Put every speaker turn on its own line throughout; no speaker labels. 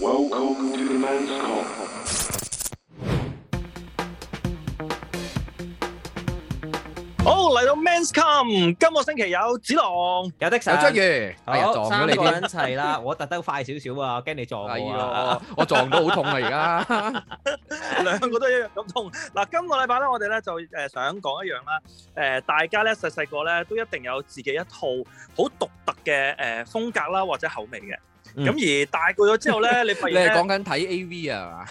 Welcome to the man's call.
好嚟到 Men's Come，今個星期有子 龍，
有的神，
有章魚，哎呀
好
撞咗
三
你
個
添
人，齊 啦，我特登快少少啊，驚你撞
哎
我啊
呀，，我撞到好痛啊而家，
兩個都一樣咁痛。嗱，今個禮拜咧，我哋咧就誒想講一樣啦，誒大家咧細細個咧都一定有自己一套好獨特嘅誒風格啦，或者口味嘅。
嗯
咁而大個咗之後 咧，你發
你
現
係
咧
講緊睇 A V 啊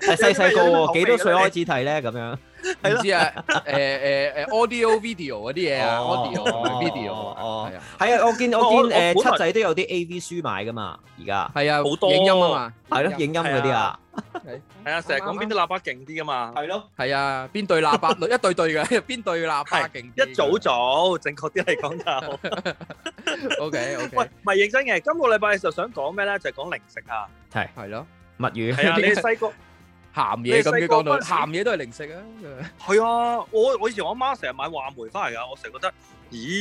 但細 細個
有啲咩
喎，幾多歲開始睇咧咁樣？
係嘛？唔知啊，誒誒誒 audio video 嗰啲嘢啊
哦
，audio 同埋
哦
video
哦
係啊
係啊，我見
我
我見
我
誒七仔都有啲 A.V. 書買噶嘛，而家
係啊，
好多
影音啊嘛，
係咯，影音嗰啲啊，
係啊，成日講邊啲喇叭勁啲噶嘛，
係咯，
係啊，邊對喇叭 一對對嘅，邊對喇叭勁啲嘅
一早早正確啲嚟 講就。
，OK
喂
OK，，
唔係認真嘅，今個禮拜就想講咩咧？就係講零食 啊，
係咯，
物語
係啊，你細個
鹹嘢咁
你細
嘅
個
講到
嗰，陣時
鹹嘢都係零食啊，
係啊，我我以前我媽成日買話梅翻嚟㗎，我成日覺得，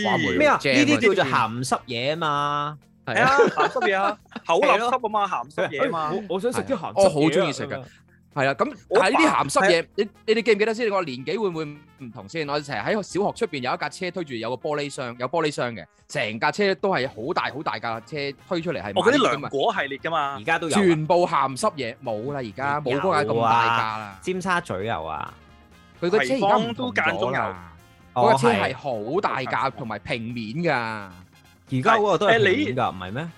話梅
咦，
咩啊？呢
正啊
啲叫做鹹濕嘢啊嘛，
係啊，鹹濕嘢 啊，口立濕啊嘛，鹹濕嘢啊嘛，
我我想
食啲鹹濕
我
嘢啊
好中意食噶
咁，係啦，咁
我
但係呢啲鹹濕嘢，你你哋記唔記得先？我年紀會唔會唔同先？我成日喺小學出邊有一架車推住有個玻璃箱，有玻璃箱嘅，成架車都係好大好大架車推出嚟係。
我嗰啲
兩
涼果系列㗎嘛
而，家都有啊。
全部鹹濕嘢冇啦，而家冇嗰架
有
咁
啊
大架啦。
尖沙咀有啊，
佢個車而家
葵
唔
芳都
同
間中有
咗啦，
哦
嗰架車
係
係好大架同埋平面㗎。
而家嗰個都係
誒你
平面㗎，唔係咩？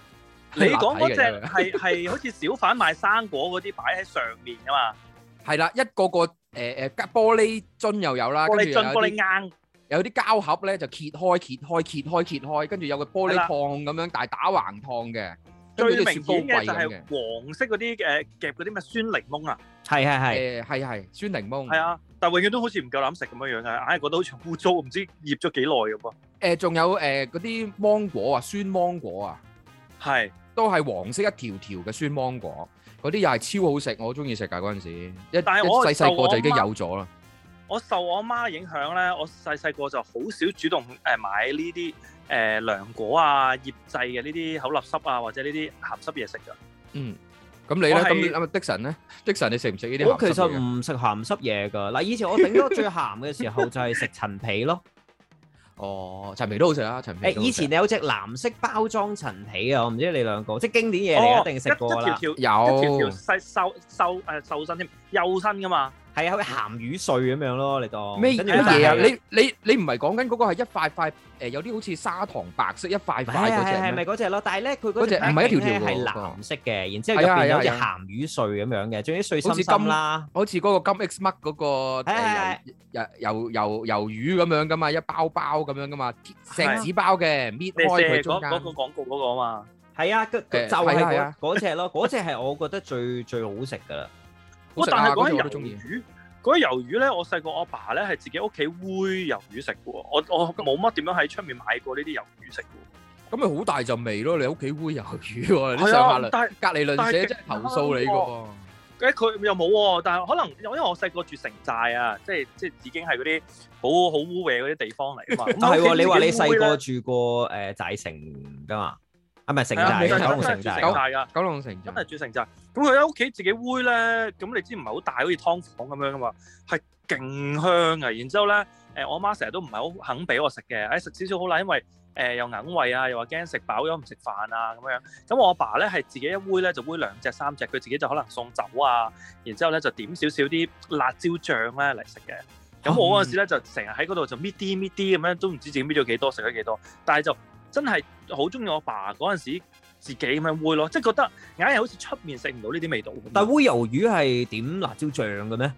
你講嗰只
立體嘅
係係好似小販賣生果嗰啲擺喺上面㗎嘛，
係啦，一個個誒誒玻璃樽又有啦，
玻
跟住
璃
又
樽
有
玻
啲
璃罌，
有啲膠盒咧就揭開、揭開、揭開、揭開，跟住有個玻璃
係啦
燙咁樣，但係打橫燙嘅，跟
最
住好似
明
雪糕
顯嘅
櫃
就係
咁嘅。
黃色嗰啲誒夾嗰啲咩酸檸檬啊，
係係係。
誒係係酸檸檬。
係啊，但永遠都好似唔夠膽食咁樣樣嘅，硬係覺得好似好污糟，唔知醃咗幾耐咁喎，
誒仲有誒嗰啲芒果啊，酸芒果啊，
係。
都係黃色一條條嘅酸芒果，嗰啲又係超好食，我中意食㗎嗰陣時。一一
但係我
細細個就已經
就我
有咗啦。
我受我媽影響咧，我細細個就好少主動誒買呢啲誒涼果啊、醃製嘅呢啲口立濕啊，或者呢啲鹹濕嘢食㗎。
嗯，咁你咧？
我係
咁你咁啊的神咧？的神你食唔食呢啲鹹濕嘢啊
我
㗎？
其實唔食鹹濕嘢㗎，嗱以前我頂多最鹹嘅時候就係食陳皮咯。
哦，陳皮都好食啊，陳皮
誒
都好食。
以前有隻藍色包裝陳皮啊，我唔知你兩個，即係經典嘢
哦
嚟，一定食
一
過啦。
一條條一條條
有
細瘦瘦誒瘦身添，幼身㗎嘛。
係啊，好似鹹魚碎咁樣咯，你當
咩
跟住
咩
但係
嘢啊？你你你唔係講緊嗰個係一塊塊誒有啲好似砂糖白色一塊
係
塊
係
嗰
係係
只咩
咪？嗰只咯？但係咧，佢嗰
嗰隻唔係一條條
係
喎
藍色嘅，然之後入
係啊
邊有好似
係啊係
鹹魚碎咁樣嘅，仲有啲碎心
好似
心
金
啦。
好似嗰個金 X 乜嗰個
係係
誒魷魷魷魷魚咁樣噶嘛，一包包咁樣噶嘛，石
係啊
子包嘅，搣
你
開
射
佢
嗰
中間
嗰個廣告嗰個啊嘛。
係啊，佢佢
誒
就
係
係
啊係
嗰
啊
嗰只咯，嗰只係我覺得最最好食㗎啦。
好
哇！
食
但係講
啊！嗰
起
啲我
魷
都中意。
魚，嗰啲魷魚咧，我細個我阿爸咧係自己屋企煨魷魚食嘅喎。我我冇乜點樣喺出面買過呢啲魷魚食嘅
咁咪好大陣味咯！你屋企煨魷魚
喎。
喎，你上下
係啊
鄰，
但係
隔離鄰舍真係投訴你嘅喎。
誒佢又冇喎，但係可能因為我細個住城寨啊，即係即係已經係嗰啲好好污穢嗰啲地方嚟㗎嘛。咁
啊係
屋企
喎，你話你
自己
細
煨
個
呢
住過誒寨城㗎嘛？啊，唔係城
係啊
寨，
真係
九龍城
真係住。
寨
城寨啊㗎，
九龍城就
真係住城寨。咁佢喺屋企自己煨咧，咁你知唔係好大，好似劏房咁樣㗎嘛，係勁香啊！然之後咧，誒我媽成日都唔係好肯俾我食嘅，誒食少少好啦，因為誒又硬胃啊，又話驚食飽咗唔食飯啊咁樣。咁我阿爸咧係自己一煨咧就煨兩隻三隻，佢自己就可能送酒啊，然之後咧就點少少啲辣椒醬咧嚟食嘅。咁我嗰陣時咧就成日喺嗰度就搣啲搣啲咁樣，都唔知自己搣咗幾多，食咗幾多。但係就真係好中意我爸嗰陣時自己咁樣煨咯，即係覺得硬係好似出面食唔到呢啲味道咁。
但係煨魷魚係點辣椒醬嘅咩？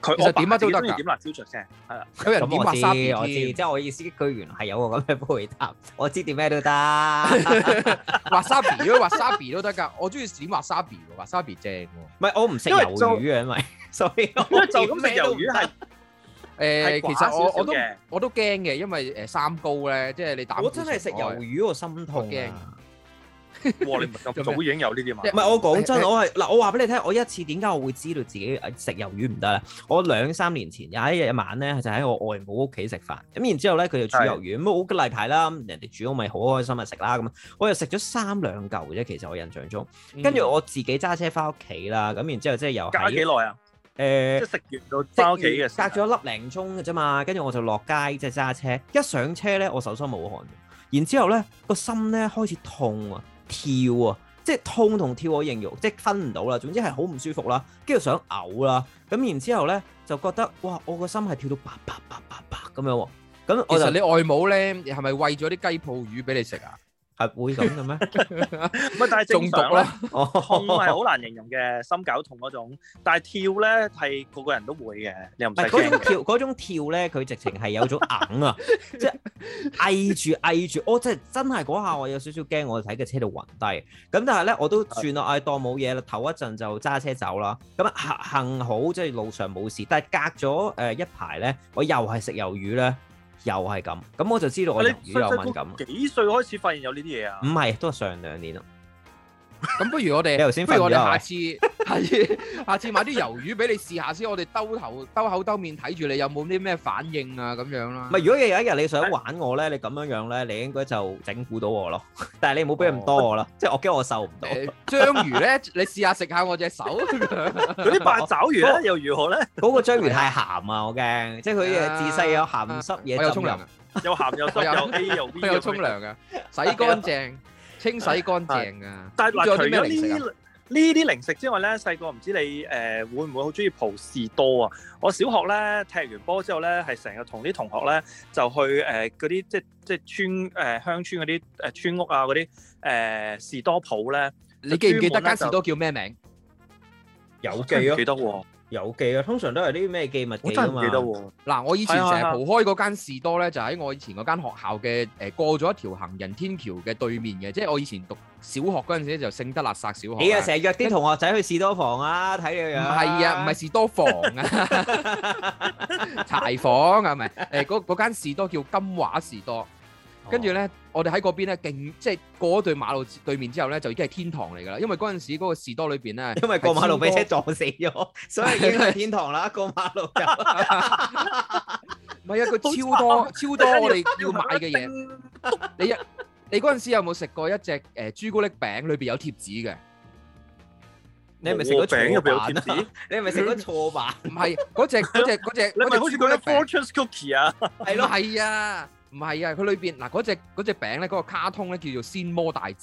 佢
其實
我爸
點乜啊
自己
都得
中意
㗎
點辣椒醬 嘅，係啦。
有人
咁
點
我
話
知，
沙皮
我知，即
添，
係我意思，佢原來係有個咁嘅配 搭，我知點咩都得。唔
話沙皮如果話沙皮都得㗎，我中意點話沙皮喎，話沙皮正喎。
係我唔食
因為
魷
就
魚啊嘅，因為 所以我
因為就咁
點
食
咩
魷
都唔
魚係係
誒，其
寡
實
少
我
少
我都
嘅，
我都驚嘅，因為誒三高咧，即係你膽
我真係食
油。
魷魚，我心痛
我驚
啊！
哇！你唔係咁早已經有呢啲嘛？
即係
唔係我講真，我係嗱，我話俾你聽，我一次點解我會知道自己誒食魷魚唔得咧？我兩三年前有一日晚咧，就喺我外母屋企食飯，咁然之後咧佢就煮魷魚，咁啊好例牌啦，咁人哋煮我咪好開心咪啊食啦咁，我又食咗三兩嚿啫，其實我印象中，
嗯
跟住我自己揸車翻屋企啦，咁然之後即係又
隔咗幾
喺
耐啊？即
誒
係。食完就翻屋企嘅時間。
隔咗粒零鐘嘅啫嘛，跟住我就落街即係揸車，一上車咧我手心冇汗，然之後咧個心咧開始痛啊跳啊，即係痛同跳我形容即係分唔到啦，總之係好唔舒服啦，跟住想嘔啦，咁然之後咧就覺得哇我個心係跳到啪啪啪啪啪咁樣喎，咁
其
我就
實你外母咧係咪喂咗啲雞泡魚俾你食啊？
係會咁嘅咩？
唔係，但係
中
正
毒
常啦。
啦，
哦，
痛 係好難形容嘅，心絞痛嗰種。但係跳咧係個個人都會嘅，你又唔
唔
使
係嗰
驚
種
嘅。
跳 嗰種跳咧，佢直情係有種 硬啊，即係翳住翳住，我真係真係嗰下我有少少驚，我喺嘅車度暈低。咁但係咧，我都算啦，唉，當冇嘢啦，頭一陣就揸車走啦。咁啊幸幸好即係路上冇事，但係隔咗呃誒一排咧，我又係食魷魚咧，又係咁。咁我就知道我
喂
魷
你
魚啊有敏
啊
感。
細細個幾歲開始發現有呢啲嘢 啊
唔？係，都係上兩年咯。
咁不如我
你
哋，
頭先
不如我哋
瞓咗啊
下次， 下次，下次買啲魷魚俾你試下先，我哋兜頭兜口兜面睇住你有冇啲咩反應啊咁樣啦
唔。係，如果有一日你想玩我咧，你咁樣樣咧，你應該就整蠱到我咯。 但係你唔好俾咁多我
哦
啦，即係我驚我受唔到。
誒章魚咧， 你試下食下我隻手。
嗰啲八爪魚咧又如何咧？
嗰個章魚太鹹啊！我驚，即係佢誒自細有鹹濕
我有
嘢浸
沖涼
入。
啊，
又鹹 又濕又 A 又 B
我有沖。涼啊，洗乾淨，清洗乾淨啊。
但係
仲
嗱，
有
除
啲咩
咗
零食啊？
呢呢啲零食之外咧，細個唔知你誒、呃、會唔會好中意蒲士多啊？我小學咧踢完波之後咧，係成日同啲同學咧就去誒嗰啲即即村誒、呃、鄉村嗰啲誒村屋啊嗰啲誒士多鋪咧，
你記唔記得
專門咧
間士多叫咩名？啊
有
唔記得喎，
有記啊！通常都係啲咩寄物
我
記
真
啊
係唔
嘛。
記得喎。
嗱，我以前
係啊
成日
係啊
蒲開嗰間士多咧，就喺我以前嗰間學校嘅誒、過咗一條行人天橋嘅對面嘅，即係我以前讀小學嗰陣時咧就聖德肋撒小學。
你啊，成日約啲同學仔去士多房啊，睇你個樣。
唔係啊，唔係士多房啊，柴房啊，唔係誒嗰嗰間士多叫金華士多。
哦
跟住咧，我哋喺嗰邊咧，勁即係過咗對馬路對面之後咧，就已經係天堂嚟㗎啦。因為嗰陣時嗰個士多裏邊咧，
因為過馬路俾車撞死 咗，所以已經係天堂啦。過馬路就
唔係啊，佢
好
超多超多我 哋要買嘅嘢。你一你嗰陣時有冇食過一隻誒、呃朱古力餅裏邊有貼紙嘅？
你係咪食咗
餅入邊
錯
有
版
貼
啊？
紙？
你係咪食咗錯版？
唔係嗰只嗰只嗰只
你咪好
嗰只
似
朱古力
嗰啲
餅，
fortune cookie 啊？
係咯係啊，唔係啊，佢裏邊嗱嗰只嗰只餅咧，嗰個卡通咧叫做《仙魔大戰》，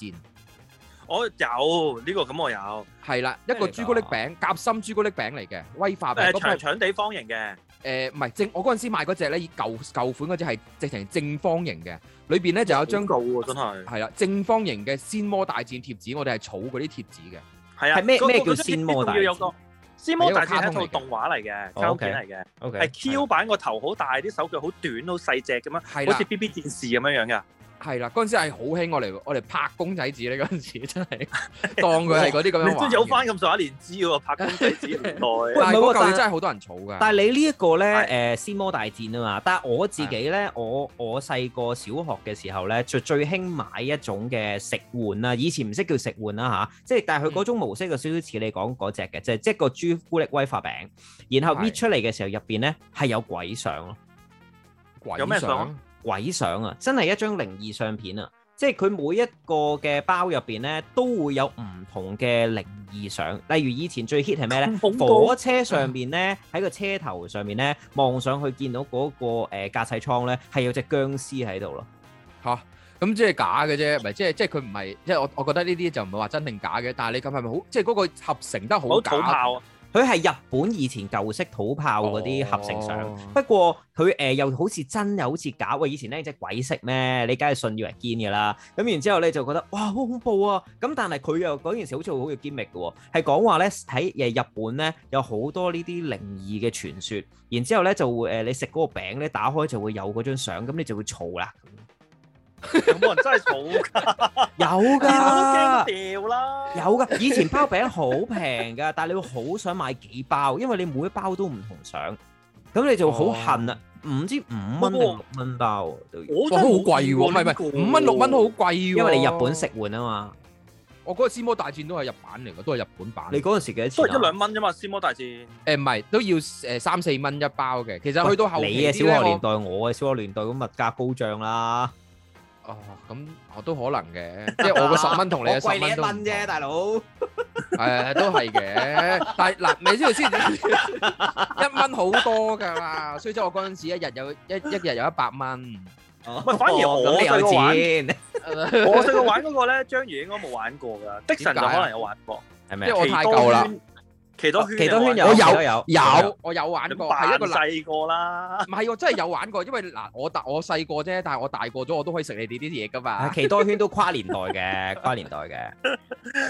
我哦有呢個咁我有，
係啦，一個
咩嚟㗎
朱古力餅夾心朱古力餅嚟嘅，威化
誒
餅
呃
嗰
長
個
長地方形嘅，
誒唔係正，我嗰陣時買嗰只咧，以舊舊款嗰只係直情正方形嘅，裏邊咧就有張
告喎真係。
係啦正方形嘅《仙魔大戰》貼紙，我哋係儲嗰啲貼紙嘅。
係啊，
係咩
嗰個
咩叫
嗰張
仙魔大戰
仲要有個仙魔大戰係一
係一個卡
套
通
動畫嚟嘅，
哦
膠
OK
片嚟嘅，
O
係 Q 版個頭好大，啲手腳好短，好細隻咁樣，
係
好
啦
似 B B 戰士咁樣樣㗎。
係啦，嗰陣時係好興我嚟我嚟拍公仔紙咧，嗰陣時真係當佢係嗰啲咁
你
樣玩
都
嘅。
有翻咁上下年 資喎，拍公仔紙年代。
但係
喂唔係喎
嗰嚿
但
嘢
係
真係好多人儲㗎。
但啊係你呢一個咧，誒《仙魔大戰》啊嘛，但係我自己咧，我我細個小學嘅時候咧，就最興買一種嘅食玩啦，以前唔識叫食玩啦吓，即係但係佢嗰種模式就少少似你講嗰只嘅，即係即係個朱古力威化餅，然後
係
搣出嚟嘅時候入邊咧係有鬼相咯，
鬼
有咩
相
相
鬼相啊，真係一張靈異相片啊！即係佢每一個嘅包入邊咧，都會有唔同嘅靈異相。例如以前最 hit 係咩咧？
恐怖
火車上面咧，喺個車頭上面咧，望上去見到嗰、個誒、呃、駕駛艙咧，係有隻僵屍喺度咯。
咁即係假嘅啫，唔係即係即係佢唔係，即係我我覺得呢啲就唔係話真定假嘅，但係你咁係咪好即係嗰個合成得
好
好
土
假？
炮啊！
佢係日本以前舊式土炮嗰啲合成相，
哦
不過佢誒、呃又好似真又好似假。喂，以前咧隻鬼識咩？你梗係信以為堅㗎啦。咁然之後咧就覺得哇好恐怖啊！咁但係佢又嗰件事好似好有堅力嘅喎，係講話咧喺誒日本咧有好多呢啲靈異嘅傳說，然之後咧就會誒、呃你食嗰個餅咧打開就會有嗰張相，咁你就會嘈啦。
有冇人真係儲㗎？
有
我
㗎
都。驚掉啦！
有噶，以前包餅好平噶，但係你會好想買幾包，因為你每一包都唔同相，咁你就好恨啦。唔知五蚊定六蚊包都要，
我
哇
真係
好
冇
貴喎，
見過
唔係
呢個
唔係五蚊六蚊好貴喎，
因為你日本食換啊嘛。
我嗰個《斯摩大戰》都係日版嚟嘅，都係日本版。
你嗰陣時幾多
都
錢
係一
啊？
兩蚊啫嘛，《斯摩 大戰》唔
誒唔係都要誒三四蚊一包嘅，其實去到後
你
期
嘅
啲
小學
咧，
年
我
代，我嘅小學年代咁物價高漲啦。
哦咁我都可能嘅，即係我個十蚊同你嘅
我貴
十
你
蚊
一
都
蚊啫，大佬。
誒都係嘅，但係嗱，你知道先一蚊好多㗎啦，所以即係我嗰陣時一日有一一日有一百 蚊，
係反而我
咁你
細個玩，
有錢，
我細個玩嗰個咧，章魚應該冇玩過㗎，的神就可能有玩過，
係
因
咪
為
啊？
我太舊啦，
奇多圈，
奇多圈有，
我有
奇多有
有我有玩
你
過，
扮
係一個
細個啦，
唔係我真係有玩過，因為嗱我大我細個啫，但係我大個咗我都可以食你哋啲嘢㗎
啊
嘛。
奇多圈都跨年代嘅，跨年代 嘅。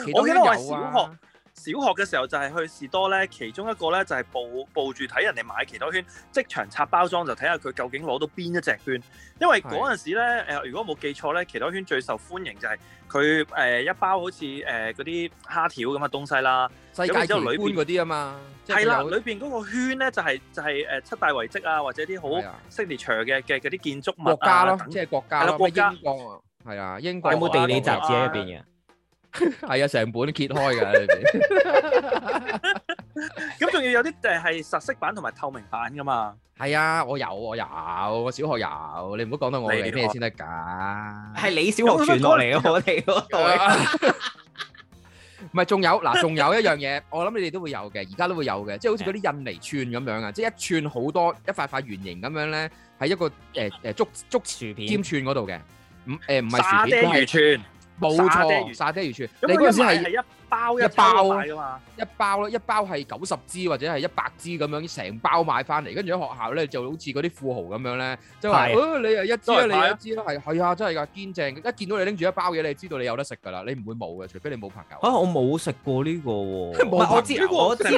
其
我記得
中
我係
有
小
啊
學小學嘅時候就係去士多咧，其中一個咧就係報報住睇人哋買奇多圈，即場拆包裝就睇下佢究竟攞到邊一隻圈。因為嗰陣時咧，誒、如果冇記錯咧，奇多圈最受歡迎就係佢誒一包好似誒嗰啲蝦條咁嘅東西啦，
世界
咁然之後
奇
裏
觀
邊
嗰啲啊嘛，即係
係啦，
有
裏邊嗰個圈咧就係、就係、誒、七大遺跡啊，或者啲
係
好
啊
signature 嘅嘅嗰啲建築物
國家
啊
咯，
等
即係國家
係
咯，
啦國家
咩英國啊，係啊，英國
有冇地理雜誌喺入邊
邊
嘅？
係啊，成本揭開㗎裏邊。
咁仲要有啲誒係實色版同埋透明版噶嘛。
係啊，我有我有，我小學有，你唔好講到我係咩先得㗎。
係你小學傳落嚟嘅，我哋嗰代。
唔係，仲有 嗱，仲有一樣嘢，我諗你哋都會有嘅，而家都會有嘅，即係好似嗰啲印尼串咁樣啊，即係一串好多一塊塊圓形咁樣咧，喺一個誒誒竹竹
薯
尖
片
串嗰度嘅，唔誒
嗯
唔係
沙
薯
爹
片，
魚
係
串。
冇
沙爹魚
錯，沙爹魚串。
咁
你嗰陣時
佢一買。係
係
一包
一
一
包
抽買噶嘛，
一包咯，一包係九十支或者係一百支咁樣，成包買翻嚟，跟住喺學校咧就好似嗰啲富豪咁樣咧，即係話，
係
哦，你又一支
都
啦，
係
你
買
又
啊
一支啦，係係啊，真係噶，堅正，一見到你拎住一包嘢，你就知道你有得食噶啦，你唔會冇嘅，除非你冇朋友。
啊！我冇食過呢個喎，
冇
唔係我
朋
知
友
我知你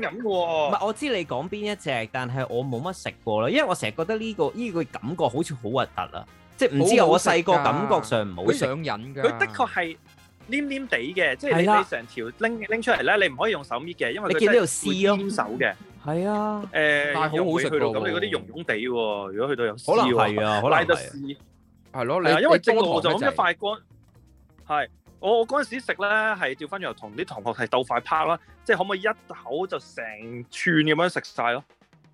咁嘅
唔
喎，
係我知你講邊一隻，但係我冇乜食過啦，因為我成日覺得呢個呢個感覺好似好核突啊！即係唔知啊，
好好
我
食
細個
㗎
感覺上唔好
會
食，
上癮㗎。
佢的確係黏黏地嘅，即係你
係啦
你成條拎拎出嚟咧，你唔可以用手搣嘅，因為
你
佢
見
真
到條
係
絲
會
咯，
黏手嘅。
係啊，
誒，
但係好好食㗎喎
又會去到咁，你嗰啲溶溶地喎，如果去到有絲
可能
喎，
係啊，可
拉
能
得
係啊。
絲，
係咯，
係啊，
你
因為
你
正
多
路就
糖
咁
得
一
滯
塊乾，係我我嗰陣時食咧係調翻轉頭同啲同學係鬥快拍啦，即係可唔可以一口就成串咁樣食晒咯？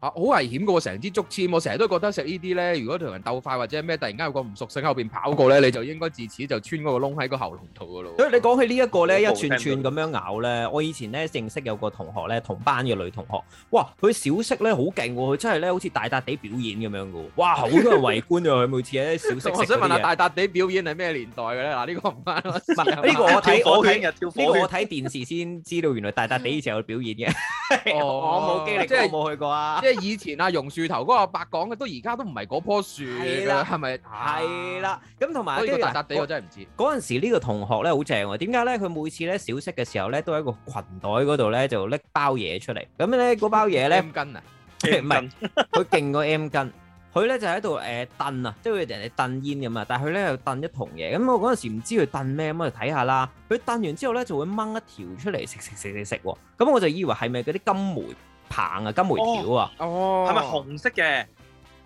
啊，好危險嘅喎，成支竹籤，我成日都覺得食呢啲咧，如果同人鬥快或者咩，突然間有個唔熟性喺後邊跑過咧，你就應該自此就穿嗰個窿喺個喉嚨度㗎咯喎。
所以你講起呢一個咧，一
好
串串咁樣咬咧，我以前咧正識有個同學咧，同班嘅女同學，哇！佢小息咧好勁喎，佢真係咧好似大笪地表演咁樣嘅喎，哇！好多人圍觀啊，佢每次喺小息食
我想
嗰啲
問下
嘢
大笪地表演係咩年代嘅咧？嗱，呢個唔關我事啊。
呢個我睇
跳
我
火
睇
圈嘅跳
呢個
火圈，
我睇電視先知道，原來大笪地以前有表演嘅，
哦
我冇經歷
即係
過，我冇去過啊
即。係以前啊，榕樹頭嗰個阿伯講嘅，都而家都唔係嗰棵樹
係
嚟
啦
㗎，係咪？
係，啦，咁同埋
啊所以
跟
個
住嗱
大笪地我真係唔知。
嗰陣時呢個同學咧好正喎，點解咧？佢每次咧小息嘅時候咧，都喺個裙袋嗰度咧就拎包嘢出嚟，咁咧嗰包嘢 咧
M 巾啊，
唔係佢勁過 M 巾，佢咧就喺度誒燉啊，即係人哋燉煙咁啊，但係佢咧又燉一桶嘢，咁我嗰陣時唔知佢燉咩，咁我就睇下啦。佢燉完之後咧就會掹一條出嚟食食食食食喎，咁我就以為係咪嗰啲金梅棒啊、金梅條啊？
哦
係咪？紅色嘅？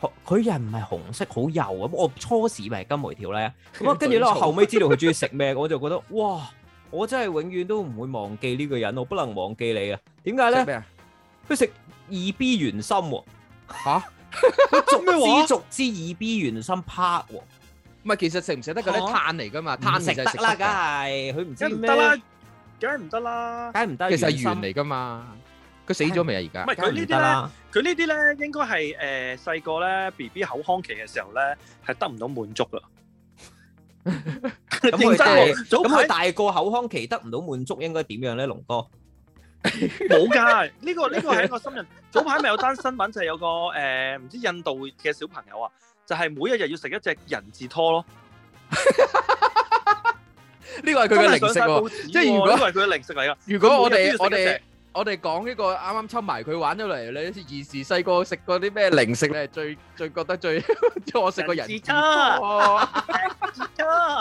佢佢又唔係紅色，好幼啊！我初時咪係金梅條咧，咁啊跟住咧我後尾知道佢中意食咩，我就覺得哇！我真係永遠都唔會忘記呢個人，我不能忘記你啊！點解
食
咧？
咩啊？
佢食二 B 原心喎、
嚇，
逐
咩話
支逐支二 B 原心拍喎，
唔係其實食唔食得嘅咧？
嚇
碳嚟㗎嘛，
唔
碳嗯其
食
實
得
係食
啦，
得
梗
㗎，
係佢唔知
梗係唔
咩，
得啦梗
梗，
係唔得啦。
係唔得。
其實係
原心
圓嚟㗎嘛。佢死咗未啊？而家
唔係佢
梗
呢
係唔
啲
得
咧。
啦。
佢呢啲咧應該係誒細個咧 B B 口腔期嘅時候咧係得唔到滿足噶。
咁佢
認真
大
喎，
咁
早
佢
排
大個口腔期得唔到滿足，應該點樣咧，龍哥？
冇㗎，呢個呢個係一個新人。早排咪有單新聞就係有個誒唔知印度嘅小朋友啊，就係每一日要食一隻人字拖咯。
呢個係佢
真
嘅
係
零
上
食
晒
喎。
報紙喎，
即係如果
呢個係佢嘅零食嚟㗎。
如果我
每
哋
日都要
我
食一
哋
隻
我哋講呢個啱啱抽埋佢玩咗嚟，你兒時細個食過啲咩零食咧？最最覺得最 即係我食過
人
人
字
字拖。
啊，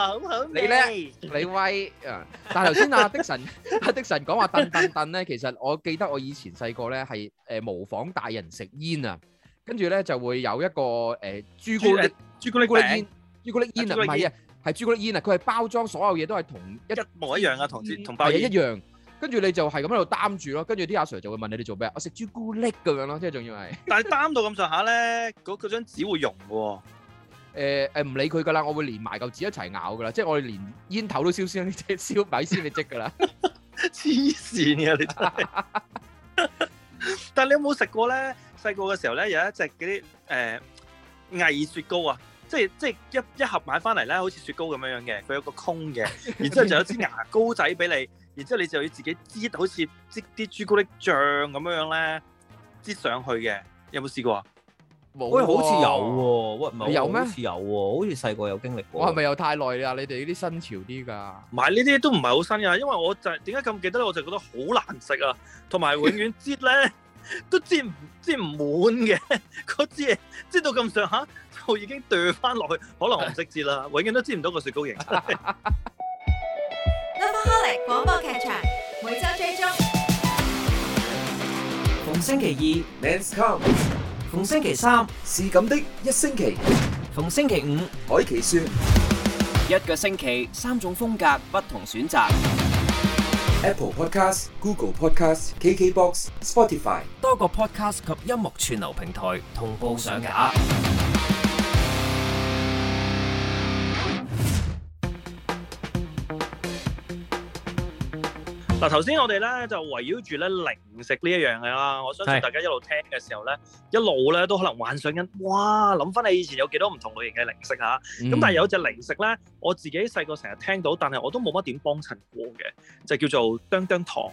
好好味
你叻李威啊！但係頭先阿的神 阿的神講話燉燉燉咧，其實我記得我以前細個咧係誒模仿大人食煙啊，跟住咧就會有一個誒朱
朱
古力
誒朱古力
朱古力
餅
煙朱古力
啊
煙啊，唔
朱古力
係啊，係朱古力煙啊，佢係包裝所有嘢都係同一
一模一樣啊，同之同
係
包
啊一
煙
樣。跟住你就係咁喺度擔住咯，跟住啲阿 Sir 就會問你哋做咩啊？我食朱古力咁樣咯，即係仲 要係
但係擔到咁上下咧，嗰嗰張紙會溶嘅喎。
誒誒唔理佢噶啦，我會連埋嚿紙一齊咬噶啦，即係我哋連煙頭都燒先， 即係燒米先你即噶啦。
黐線嘅你真係。但係你有冇食過咧？細個嘅時候咧，有一隻嗰啲誒偽雪糕啊，即係即係一一盒買翻嚟咧，好似雪糕咁樣樣嘅，佢有個空嘅，然之後就有支牙膏仔俾你，然之後你就要自己擠，好似擠啲朱古力醬咁樣樣咧，擠上去嘅。有冇試過啊？
冇
喂，好似
喎
有喎，喂唔係
你有咩
好似有喎，好似細個有經歷過。
我係咪又太耐啦？你哋呢啲新潮啲㗎？
唔係呢啲都唔係好新㗎，因為我就係點解咁記得咧，我就覺得好難食啊，同埋永遠擠咧 都擠唔擠唔滿嘅， 嗰支嘢擠到咁上下就已經掉翻落去，可能我唔識擠啦，永遠都擠唔到個雪糕型。
Lovaholic 廣播劇場每周追蹤。
逢星期
Men's Come
二、逢星期三、
是咁的一星期，
逢星期五。
海奇說
一個星期三種風格，不同選擇，
Apple Podcast、Google Podcast、KKBox、Spotify
多個 podcast 及音樂串流平台同步上架。
嗱，頭先我哋咧就圍繞住咧零食呢一樣嘢啦，我相信
係
大家一路聽嘅時候咧，一路咧都可能幻想緊，哇！諗翻你以前有幾多唔同類型嘅零食嚇、咁
嗯
但係有隻零食咧，我自己細個成日聽到，但係我都冇乜點幫襯過嘅，就叫做叮叮糖。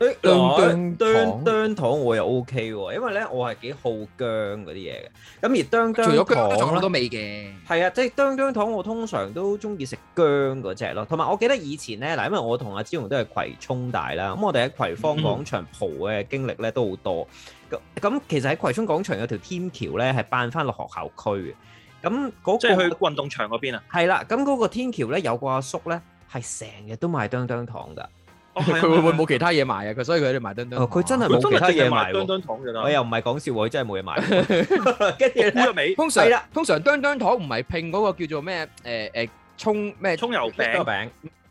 誒
哚哚
嗱哚
糖
哚糖我又 OK 喎，因為咧我係幾好薑嗰啲嘢嘅。咁而哚
啊
除
哚
咗姜仲有
糖
好
咧
多，味嘅。
係啊，即係哚哚糖我通常都中意食薑嗰只咯。同埋我記得以前咧嗱，因為我同阿之雄都係葵涌大啦，咁我哋喺葵芳
嗯
廣場蒲嘅經歷咧都好多。咁咁其實喺葵涌廣場有條天橋咧係扮翻落學校區嘅。咁嗰
即係去
個
運動場嗰邊啊！
係啦，咁嗰個天橋咧有個阿叔咧係成日都賣哚哚糖㗎。
哦係啊
佢會唔會
係啊
冇其他嘢賣啊？佢所以佢喺度賣墩墩。
哦佢真係
佢真係
冇其他嘢
淨係
賣
賣
喎
哚哚糖㗎啦？
我又唔哎係講笑喎，佢真係冇嘢賣。跟住
我估
咧
咗尾
通常
係啦
通常墩墩糖唔係拼嗰個叫做咩誒誒葱咩
葱油
葱
餅，
油
啊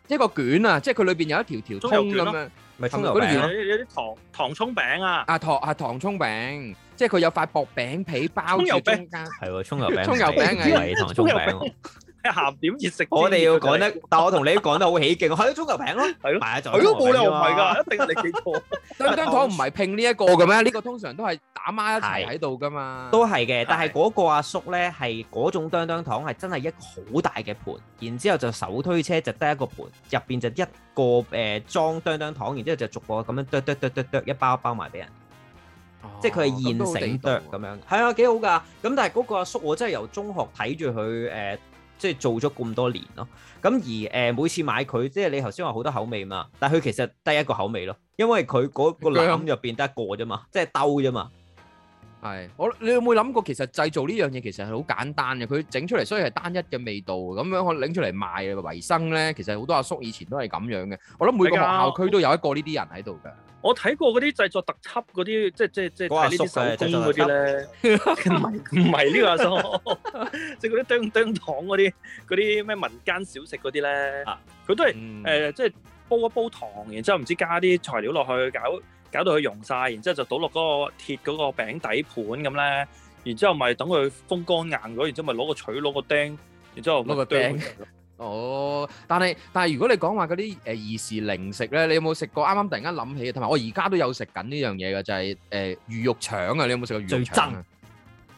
餅，
一個卷啊，即係佢裏邊有一條條
葱
葱
油卷
咁
咯
樣
咪
係
葱
咪
油
嗰啲
餅
原
咯
啊有有啲糖糖葱餅啊！
啊糖啊糖葱餅，即係佢有塊薄餅皮包住
葱油
中
餅
間。
係喎，葱油餅，
葱油餅
唔係糖葱油
葱油
餅。
鹹點熱食，
我哋要講
講
得，但我同你講得好起勁，係咯，葱油餅咯，
係咯
係啊，就
係咯，冇理由唔係
㗎。
㗎，一定係你記 錯。
墩墩糖唔係拼呢一個嘅咩？呢個通常都係打孖一齊喺度噶嘛。
都係嘅，但係
係
嗰個阿叔咧係嗰種哚哚糖係真係一個好大嘅盤，然之後就手推車就得一個盤，入邊就一個誒裝哚哚糖，然之後就逐個咁樣剁剁剁剁剁一包一包埋俾人。
哦
即係佢係
咁都好
現成剁
地道
咁樣，係啊幾好㗎。咁但係嗰個阿叔，我真係由中學睇住佢誒，即係做咗咁多年咯。咁而誒、呃每次買佢，即係你頭先話好多口味嘛，但係佢其實得一個口味咯，因為佢嗰個
薑
籃入邊得一個啫嘛，即係兜啫嘛。
係，我你有冇諗過其實製造呢樣嘢其實係好簡單嘅，佢整出嚟所以係單一嘅味道，咁樣我拎出嚟賣啊維生咧，其實好多阿叔以前都係咁樣嘅。我諗每個學
係㗎
校區都有一個呢啲人喺度㗎。
我睇過嗰啲製作特輯嗰啲，即係即係即係
嗰阿
睇呢
叔
啲
嘅
手
製
工
作
嗰
特輯
啲咧，唔係唔係呢個阿叔， 即係嗰啲叮叮糖嗰啲嗰啲咩民間小食嗰啲咧
啊，
佢都係
嗯
誒、即係煲一煲糖，然之後唔知加啲材料落去，搞搞到佢溶晒，然之後就倒落嗰個鐵嗰個餅底盤咁咧，然之後咪等佢風乾硬咗，然之後咪攞個錘攞個釘，然之後咪
攞個
剁佢
釘哦，但係但係如果你講話嗰啲誒兒時零食咧，你有冇食過？啱啱突然間諗起，啊同埋我而家都有食緊呢樣嘢嘅，就係誒魚肉腸啊！你有冇食過魚肉腸啊？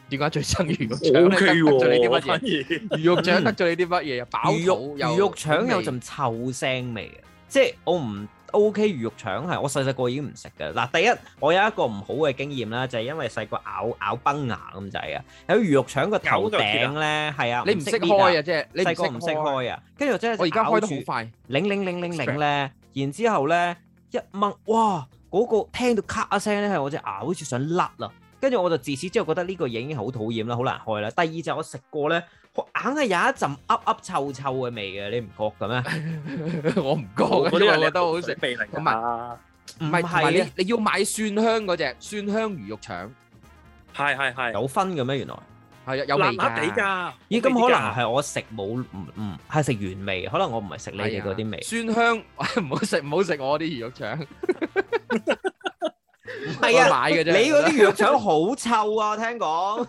點解最憎魚肉
O
腸咧？
K
得罪你啲
喎，
乜
反
嘢？
而
魚肉腸得罪你啲乜嘢？飽
魚
肚
肉
又
魚肉腸有
味
陣臭腥味嘅，即係我唔 OK 魚肉腸係我細細個已經唔食嘅。嗱，第一我有一個唔好嘅經驗啦，就係、因為細個咬咬崩牙咁滯啊，有魚肉腸個頭
咬到鐵
頂咧係啊，
你唔識
搣啊
開啊，即係你
細個唔識
開。
開啊，跟住真係
我而家
咬
開得
住
好快，
擰擰擰擰擰咧，然之後咧一掹，哇！嗰、個聽到咔一聲咧，係我隻牙好似想甩啊！跟住我就自此之後覺得呢個嘢已經好討厭啦，好難開啦。第二就係我食過咧，我硬係有一陣噏噏臭臭嘅味嘅，你唔覺嘅咩？
我唔覺
我
嘅，因為我覺得好好 食。
鼻嚟㗎
同埋
嘛，
唔
唔
係，同埋
係啊
你你要買蒜香嗰只蒜香魚肉腸，
係係係。
有分嘅咩？原來
係啊有味
辣辣地
㗎，
㗎。
咦，咁
好
可
味啲㗎
能係我食冇唔唔係食原味，可能我唔係食你哋嗰啲味，
酸香， 唔好食唔好食我啲魚肉腸，
係啊
我買嘅
你
啫。
嗰啲藥腸好臭啊！聽講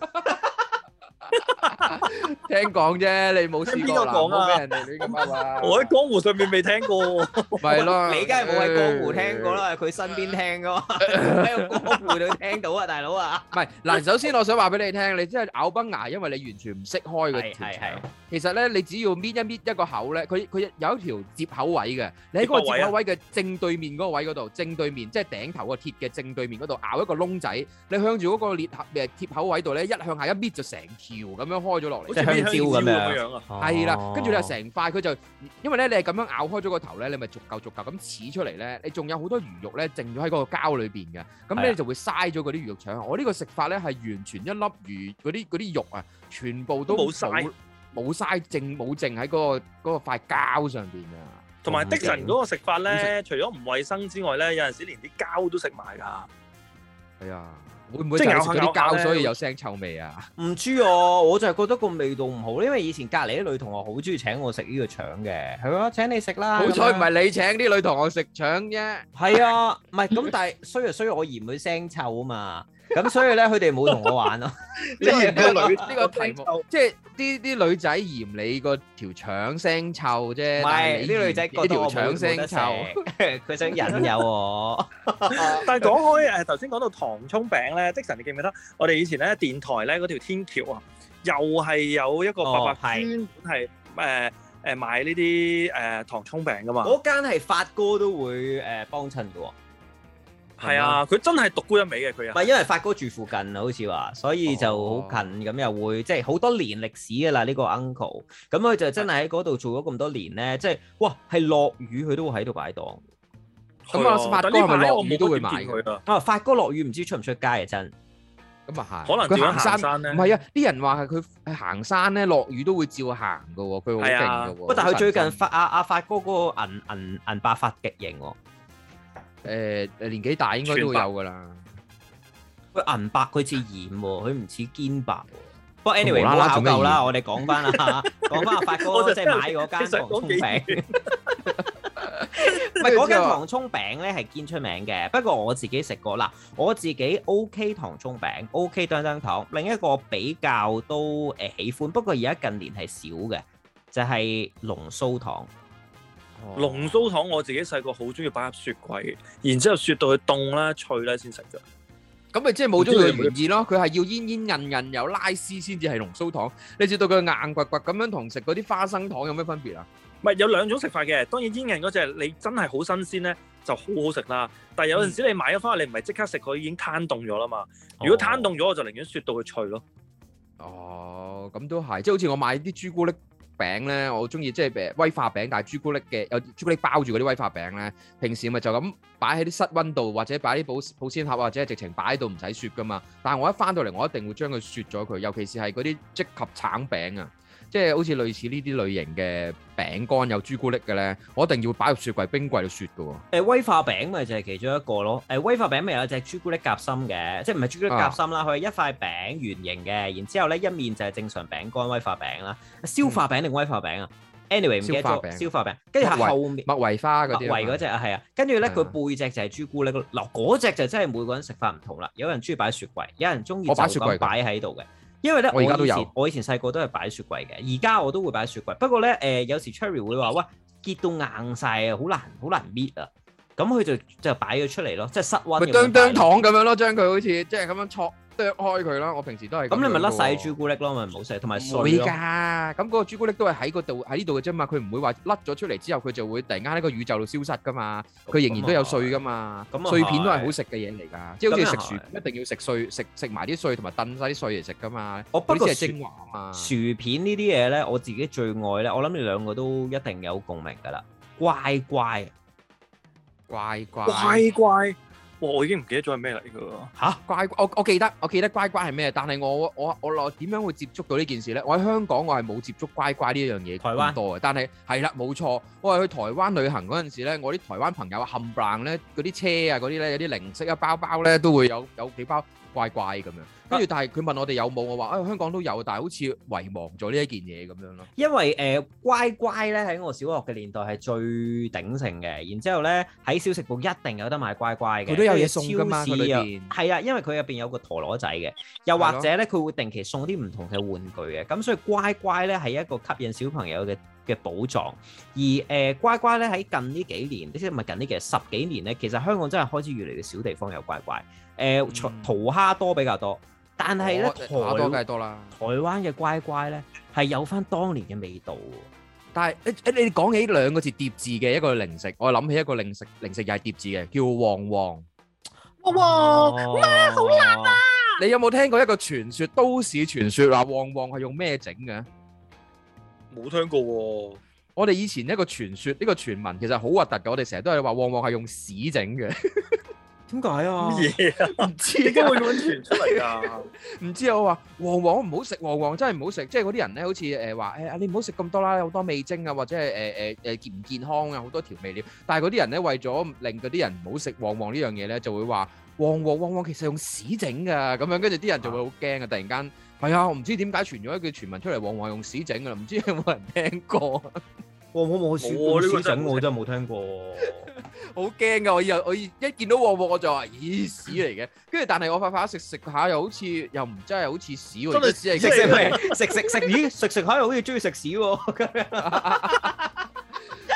聽講啫，你冇試
聽邊
過
個
啦，
講啊
冇俾人哋亂咁啊嘛。
我喺江湖上面未聽過，
咪咯，
你梗係冇喺江湖聽過啦，係佢身邊聽噶嘛，喺個江湖度聽到啊，大佬啊，
唔係嗱，首先我想話俾你聽，你真係咬崩牙，因為你完全唔識開嗰
係
條
係
腸
係。，
其實咧，你只要搣一搣一個口咧，佢佢有一條接口位嘅，你喺嗰個
接口位
接
啊
口位嘅正對面嗰個位嗰度，正對面即係頂頭個鐵嘅正對面嗰度咬一個窿仔，你向住嗰個裂口誒貼口位度咧，一向下一搣就成條咁樣開咗落
好
嚟
即。
似
係香
啲
蕉
咁
咁樣
樣啊。
係啦，
Ờ.
跟住你就成塊佢就，因為咧你係咁樣咬開咗個頭咧，你咪逐嚿逐嚿咁刺出嚟咧，你仲有好多魚肉咧剩咗喺嗰個膠裏邊嘅，咁
係
咧
啊
你就會嘥咗嗰啲魚肉腸。我呢個食法咧係完全一粒魚嗰啲嗰啲肉啊，全部都
都冇曬，
冇嘥剩冇剩喺嗰個嗰個塊膠上邊啊！
同埋的神嗰個食法
好
咧，除咗唔衞生之外咧，有陣時連啲膠都食埋㗎。
係啊，會唔會
即
就
係
係
咬
食
下
嗰啲
咬下
膠
咧
所以有腥臭味啊？
唔知啊，我就係覺得個味道唔好，因為以前隔離啲女同學好中意請我食呢個腸嘅，係啊，請你食啦。
好彩唔
咁樣
係你請啲女同學食腸啫。
係啊，唔係咁，但係衰就衰我嫌佢腥臭啊嘛，咁所以咧佢哋冇同我玩咯。
即係
呢個女
呢個題目，即係啲啲女仔嫌你個條腸聲臭啫，
唔
但係
係
你
啲女仔
嫌
覺得
條
我
腸
冇冇
聲
得食
臭，，
佢想引誘我。
但係講開誒，頭先講到糖葱餅咧，的神你記唔記得？我哋以前咧電台咧嗰條天橋啊，又係有一個伯伯
哦係
專門係誒誒買呢啲誒糖葱餅噶嘛。
哦
嗰間係發哥都會誒幫襯嘅喎，唔
係啊，佢真係獨沽一味嘅佢啊。
係因為發哥住附近啊好似話，所以就好近，咁又會即係好多年歷史㗎啦呢個 uncle，咁佢就真係喺嗰度做咗咁多年咧，即係哇係落雨佢都會喺度擺檔。
咁啊
係
發哥
但呢排
係咪落
我冇
雨都會
點見
買嘅
佢啊？
啊發哥落雨唔知出唔出街啊真，
咁啊
可
係。
能
佢
自己
行
行
山，
山咧，
唔係啊！啲人話係佢係行山咧，落雨都會照行嘅喎，佢好勁
係啊
嘅喎。
不過但係佢最近發
發
阿阿發哥嗰個銀銀銀白髮極型喎，
誒誒年紀大應該都會有㗎啦。
佢銀白佢似染喎，佢唔似堅白喎。不過 anyway
無
唔
啦
好
啦
考
做咩
究啦，
染
我哋講翻啦，講翻阿發
我就
哥即
真
係
係
買嗰
其
間
實
糖
嗰
葱
幾
餅。
年
唔係嗰間糖葱餅咧係堅出名嘅，不過我自己食過啦，我自己 OK 糖葱餅，OK 叮叮糖，另一個比較都誒、喜歡，不過而家近年係少嘅，就係、龍酥糖。
哦
龍鬚糖我自己細個好中意擺入雪櫃，然之後雪到佢凍啦、脆啦先食嘅。
咁咪即係冇咗佢嘅原意咯，佢係要煙煙韌韌有拉絲先至係龍鬚糖，你至到佢硬掘掘咁樣同食嗰啲花生糖有咩分別啊？
唔係有兩種食法嘅，當然煙韌嗰只你真係好新鮮咧，就好好食啦。但係有陣時你買咗翻嚟，你唔係即刻食，佢已經攤凍咗啦嘛。如果攤凍咗，我就寧願雪到佢脆咯。
哦，咁都係，即係好似我買啲朱古力餅咧，我中意即係誒威化餅，但係朱古力嘅有朱古力包住嗰啲威化餅咧，平時咪就咁擺喺啲室温度，或者擺啲保保鮮盒，或者係直情擺喺度唔使雪噶嘛。但係我一翻到嚟，我一定會將佢雪咗佢，尤其是係嗰啲即及橙餅啊，即係好似類似呢啲類型嘅餅乾有朱古力嘅咧，我一定要擺入雪櫃冰櫃度雪噶喎。
誒威化餅咪就係其中一個咯，誒威化餅咪有隻朱古力夾心嘅，即係唔係朱古力夾心啦，佢係一塊餅圓形嘅，然之後咧一面就係正常餅乾威化餅啦，消化餅定威化餅啊？anyway 唔記得
消化
咗
餅
消化餅，跟住係
麥
後面。
麥維花嗰
白
啲
維嗰
啊
只啊，係啊，跟住咧
係
佢
啊
背脊就係朱古力咯嗱，嗰只就真係每個人食法唔同啦，有人中意擺雪櫃，有人中意就
我擺雪櫃㗎
咁擺喺度嘅。因為咧，我
我而家都
以前
有
我以前細個都係擺雪櫃嘅，而家我都會擺雪櫃。不過咧，誒、有時 Cherry 會話喂結到硬晒啊，好難好難搣啊，咁佢就就擺咗出嚟咯，即係室温。
咪當當糖咁樣咯，將佢好似即係咁樣戳剁開佢咯。我平時都係
咁你咪甩晒
曬
啲朱古力咯，咪唔好食，同埋
會
水咯。
㗎，咁嗰個朱古力都係喺個度喺呢度嘅啫嘛，佢唔會話甩咗出嚟之後，佢就會突然間喺個宇宙度消失㗎嘛，佢仍然都有碎㗎嘛
咁啊，係
碎片都係好食嘅嘢嚟㗎，即係好
咁
似
啊又
食
係
薯片一定要食碎，食食埋啲碎同埋燉晒啲碎嚟食㗎嘛，
我不
嗰
過
啲先係
雪
精華啊嘛，
薯片呢啲嘢咧，我自己最愛咧，我諗你兩個都一定有共鳴㗎啦，乖乖。
啊
乖乖，
乖乖，哇我已經唔記得咗係咩嚟㗎喎。
乖，我我記得我記得乖乖係咩，但係我我我我點樣會接觸到呢件事呢？我喺香港我係冇接觸乖乖呢樣嘢
台灣
咁多嘅，但係係啦冇錯，我係去台灣旅行嗰陣時呢，我啲台灣朋友冚唪唥呢，嗰啲車啊嗰啲呢，有啲零食啊包包呢，都會有有幾包乖乖咁樣，跟住但係佢問我哋有冇，我話啊香港都有，但係好似遺忘咗呢一件嘢咁樣咯。
因為誒、呃乖乖咧喺我小學嘅年代係最鼎盛嘅，然之後咧喺小食部一定有得賣乖乖嘅，
佢都有嘢送㗎嘛
跟住
佢裏
超市
邊
啊係啊，因為佢入邊有個陀螺仔嘅，又或
係咯
者咧佢會定期送啲唔同嘅玩具嘅，咁所以乖乖咧係一個吸引小朋友嘅。嘅寶藏，而誒、呃乖乖咧喺近呢幾年，即係唔係近呢幾年十幾年咧，其實香港真係開始越嚟越少地方有乖乖。呃誒、除
嗯
桃蝦多比較多，但係咧
我
台
打多梗係多啦。
台灣嘅乖乖咧係有翻當年嘅味道喎。
但係誒誒，你講起兩個字疊字嘅一個零食，我諗起一個零食，零食又係疊字嘅，叫旺旺。
哇哇，好辣啊！
你有冇聽過一個傳說，都市傳說話旺旺係用咩整嘅？
冇聽過喎、
我哋以前一個傳說，呢、個傳聞其實好核突嘅，我哋成日都係話旺旺係用屎整嘅，
點解啊？
乜嘢啊？
唔知
點解會咁樣傳出嚟 㗎？
唔知啊我話旺旺唔好食，旺旺真係唔好食，即係嗰啲人咧，好似誒話誒你唔好食咁多啦，好多味精啊，或者係誒誒誒健唔健康啊，好多調味料。但係嗰啲人咧，為咗令嗰啲人唔好食旺旺呢樣嘢咧，就會話旺旺旺旺其實用屎整㗎，咁樣跟住啲人就會好驚啊！突然間係啊，我唔知點解傳咗一句傳聞出嚟，旺旺係用屎整㗎啦，唔知有冇人聽過？
我我冇試
冇
過
啊呢個
屎
真係
整，
冇
我真係冇聽過。
好驚噶！我以後我以一見到旺旺我就話：咦屎嚟嘅！跟住但係我快快食食下又好似又唔真係好似屎喎，
真係
而家屎
即係
嚟嘅。
食食食，咦食食下又好似中意食屎喎。咁樣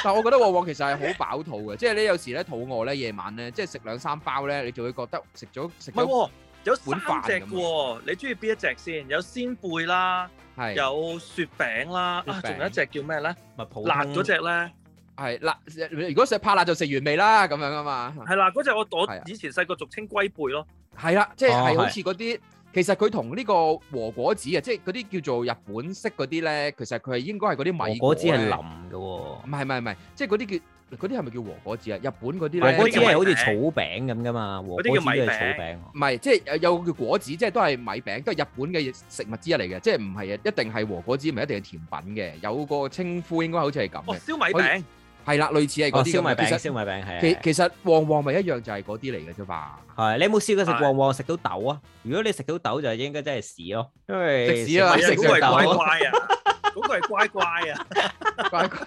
但我覺得旺旺其實係好飽肚嘅，即係你有時咧肚餓咧夜晚咧，即係食兩三包咧，你就會覺得食咗食
唔係
咗
喎，有
碗飯
三隻
咁
嘅喎，你中意邊一隻先？有鮮貝啦，
係
有雪餅啦，
雪餅
啊，仲有一隻叫咩咧？
咪普
辣嗰只咧，
係辣。如果食怕辣就食原味啦，咁樣啊嘛。
係啦，嗰只我
係啊
我以前細個俗稱龜貝咯，
係啦，即係
哦
係好
係
似嗰啲，其實佢同呢個和果子啊，即係嗰啲叫做日本式嗰啲咧，其實佢係應該係嗰啲米
果子係
咧
淋嘅喎
唔。係唔係唔係，即係嗰啲叫嗰啲係咪叫和果子啊？日本嗰啲
和
咧，
果子係好
嗰啲
似
叫
草
米
餅咁噶嘛，和果子都
嗰啲叫
係
米
草
餅
餅。
唔係即係有有個叫果子，即係都係米餅，都係日本嘅食物之一嚟嘅，即係唔係一定係和果子，唔係一定係甜品嘅，有個稱呼應該好似係咁
哦，
嘅，
燒米餅，
係啦，類似係
哦，
嗰啲
燒米
咁嘅。
餅，
其
燒
實
米餅係啊係
其
啊。
其實旺旺咪一樣就係嗰啲嚟嘅啫嘛。
係你有冇試過食
係
旺旺食到豆啊？如果你食到豆就應該真係屎咯，因為
食屎
唔
啊
係啊
係食
食
嗰個
咗
係乖
豆。
乖啊，嗰個係乖乖啊，
乖乖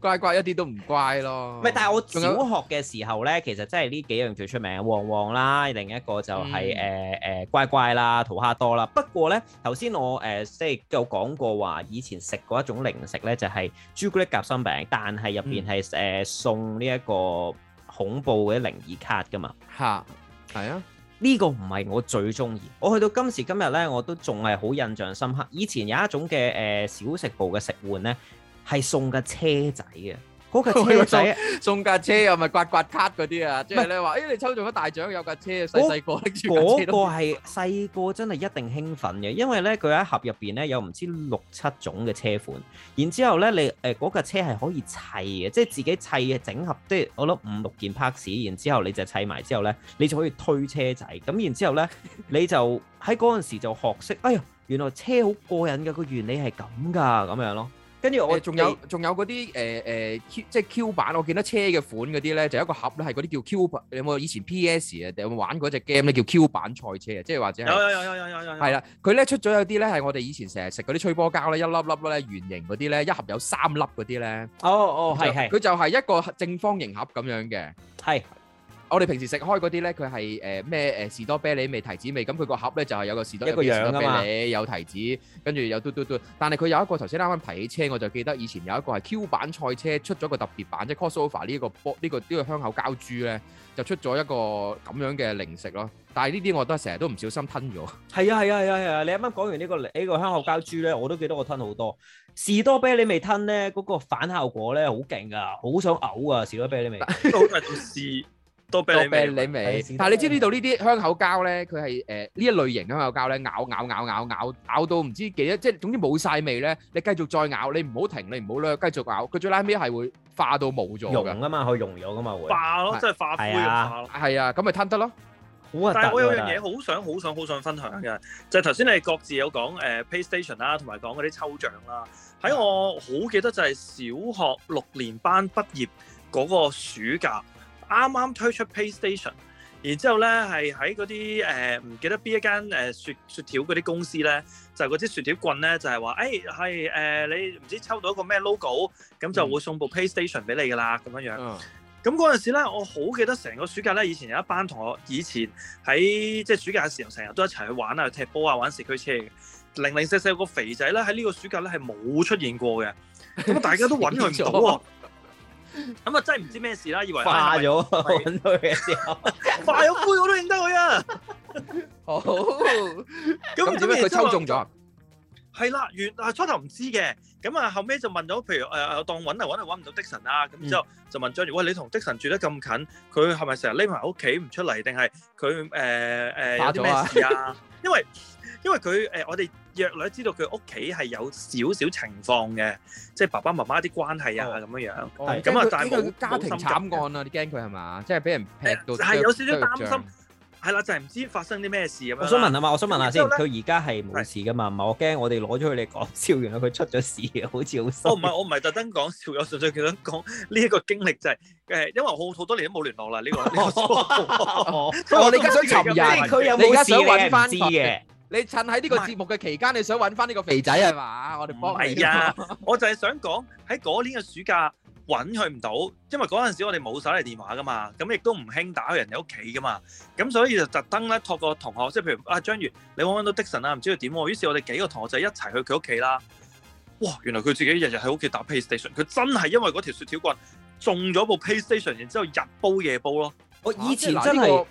乖乖一啲都唔乖咯。
唔係，但係我小
哦仲有
學嘅時候咧，其實真係呢幾樣最出名，旺旺啦，另一個就係
嗯
誒誒乖乖啦、桃蝦多啦。不過咧，頭先我誒、呃即係有講過話，以前食過一種零食咧，就係朱古力夾心餅，但係入邊
嗯
係誒送呢一個恐怖嘅靈異卡噶嘛。
嚇係啊，
呢個唔係我最中意，我去到今時今日呢，我都仲係好印象深刻。以前有一種嘅誒、呃小食部嘅食玩呢，係送架車仔嘅，嗰 架車仔
送架車啊，咪刮刮卡嗰啲啊，即係咧話，誒你抽中咗大獎，有架車細細個拎 住架
呃嗰
車
個
都
係細個真係一定興奮嘅，因為呢，佢喺盒入邊呢，有唔知六七種嘅車款，然之後呢，你誒呃嗰架車係可以砌嘅，即係自己砌嘅整合，即係我諗五六件 parts，然之後你就砌埋之後呢，你就可以推車仔，咁然之後呢，你就喺嗰陣時就學識，哎呀〜原來車好過癮㗎，個原理係咁㗎，咁樣咯。跟住我
誒仲有仲有嗰啲誒誒 Q 即係 Q 版，我見得車嘅款嗰啲咧，就有一個盒咧係嗰啲叫 Q 版。你有冇以前 PS 啊？有冇玩過嗰只 game 咧叫 Q 版賽車啊？即係或者
有
係
有有有有有有，
係啦，佢咧出咗有啲咧係我哋以前成日食嗰啲吹波膠咧，一粒粒咧圓形嗰啲咧，一盒有三粒嗰啲咧，
哦哦係
就
係
佢就係一個正方形盒咁樣嘅。
係
我哋平時食開嗰啲咧，佢係誒咩呃誒士多啤梨味、提子味，咁佢個盒咧就係有個士多
一個
有士
樣
多
㗎
啤
嘛
梨，有提子，跟住有嘟嘟嘟。但係佢有一個頭先啱啱提起車，我就記得以前有一個係 Q 版賽車出咗個特別版，即係 crossover 呢個波呢個呢個香口膠珠咧，就出咗一個咁樣嘅零食咯。但係呢啲我都成日都唔小心吞咗。
係啊係啊係啊係啊！你啱啱講完呢個呢個香口膠珠咧，我都記得我吞好多士多啤梨味吞咧，嗰個反效果咧好勁㗎，好想嘔啊！士多啤梨味
都係到試多啤
多
梨
啤
味。
梨味
係。
但係你知唔知道呢啲香口膠咧，佢係誒呢一類型香口膠咧，咬咬咬咬咬咬到唔知幾多，即係總之冇晒味咧。你繼續再咬，你唔好停，你唔好掠，繼續咬，佢最拉尾係會化到冇咗㗎。
溶啊嘛，佢溶咗噶嘛會。
化咯，即係化灰
係啊
咁化咯。
係啊，咁咪吞得咯。
好核突
但係我有樣
喎
嘢好想、好想、好想分享嘅，就係頭先你各自有講誒、呃 PlayStation 啦，同埋講嗰啲抽獎啦。喺我好記得就係小學六年班畢業嗰個暑假，啱啱推出 PlayStation，然之後咧係喺嗰啲誒唔記得邊一間誒、呃雪雪條嗰啲公司咧，就係嗰支雪條棍咧，就係話誒係誒你唔知抽到一個咩 logo，咁
嗯
就會送部 PlayStation 俾你㗎啦，咁樣樣。
嗯
咁嗰陣時咧，我好記得成個暑假咧，以前有一班同學，以前喺即係暑假嘅時候，成日都一齊去玩啊、踢波啊、玩市區車嘅。零零四四有個肥仔咧，喺呢個暑假咧係冇出現過嘅。咁啊大家都揾佢唔到 喎。咁啊，真係唔知咩事啦，以為
化
哎
咗 啊
咪
揾到嘅時候，
化咗灰，我都認得佢啊。
好。
咁
咁點解佢抽中？
然之後
咗？
係啦，原啊初頭唔知嘅，咁啊後尾就問咗，譬如誒、呃、當揾嚟揾嚟揾唔到的神啦，
嗯
咁之後就問張宇，喂你同的神住得咁近，佢係咪成日匿埋喺屋企唔出嚟，定係佢誒誒有
打
啲
咗啊
咩事啊？ 因為因為佢誒、呃我哋約略知道佢屋企係有少少情況嘅，即係爸爸媽媽啲關係
哦
啊咁樣樣。
係
咁啊但
驚佢
係
驚佢
冇
家庭
冇心急
慘案啊！你驚佢係嘛？即係俾人劈到
誒係有少少
啄
擔心
脹
係啦，就係、唔知發生啲咩事咁啊樣啦。
我想問下嘛，我想問下先，
然之後
佢而家係冇事噶嘛？唔係我驚我哋攞咗佢嚟講笑，原來佢出咗事，好似好
我
衰
唔。係我唔係特登講笑，我純粹想講呢一個經歷就係、誒，因為我好多年都冇聯絡啦，呢、個呢個。
哦
所以我哋而家想尋 人
即係佢有
你而
冇
家
事
想揾
揾
返
唔知嘅。
你趁喺呢個節目嘅期間，你想揾翻呢個肥仔係嘛？我哋幫你
唔係啊，我就係想講喺嗰年嘅暑假揾佢唔到，因為嗰陣時我哋冇手提電話噶嘛，咁亦都唔興打去人哋屋企噶嘛，咁所以就特登咧託個同學，即係譬如啊張月，你揾唔揾到的神啊，唔知佢點喎，於是我哋幾個同學仔一齊去佢屋企啦。哇！原來佢自己日日喺屋企打 PlayStation，佢真係因為嗰條雪條棍中咗部 PlayStation，然之後日煲夜煲咯。
我
啊
以前
即係嗱
真
呢個
係
呢個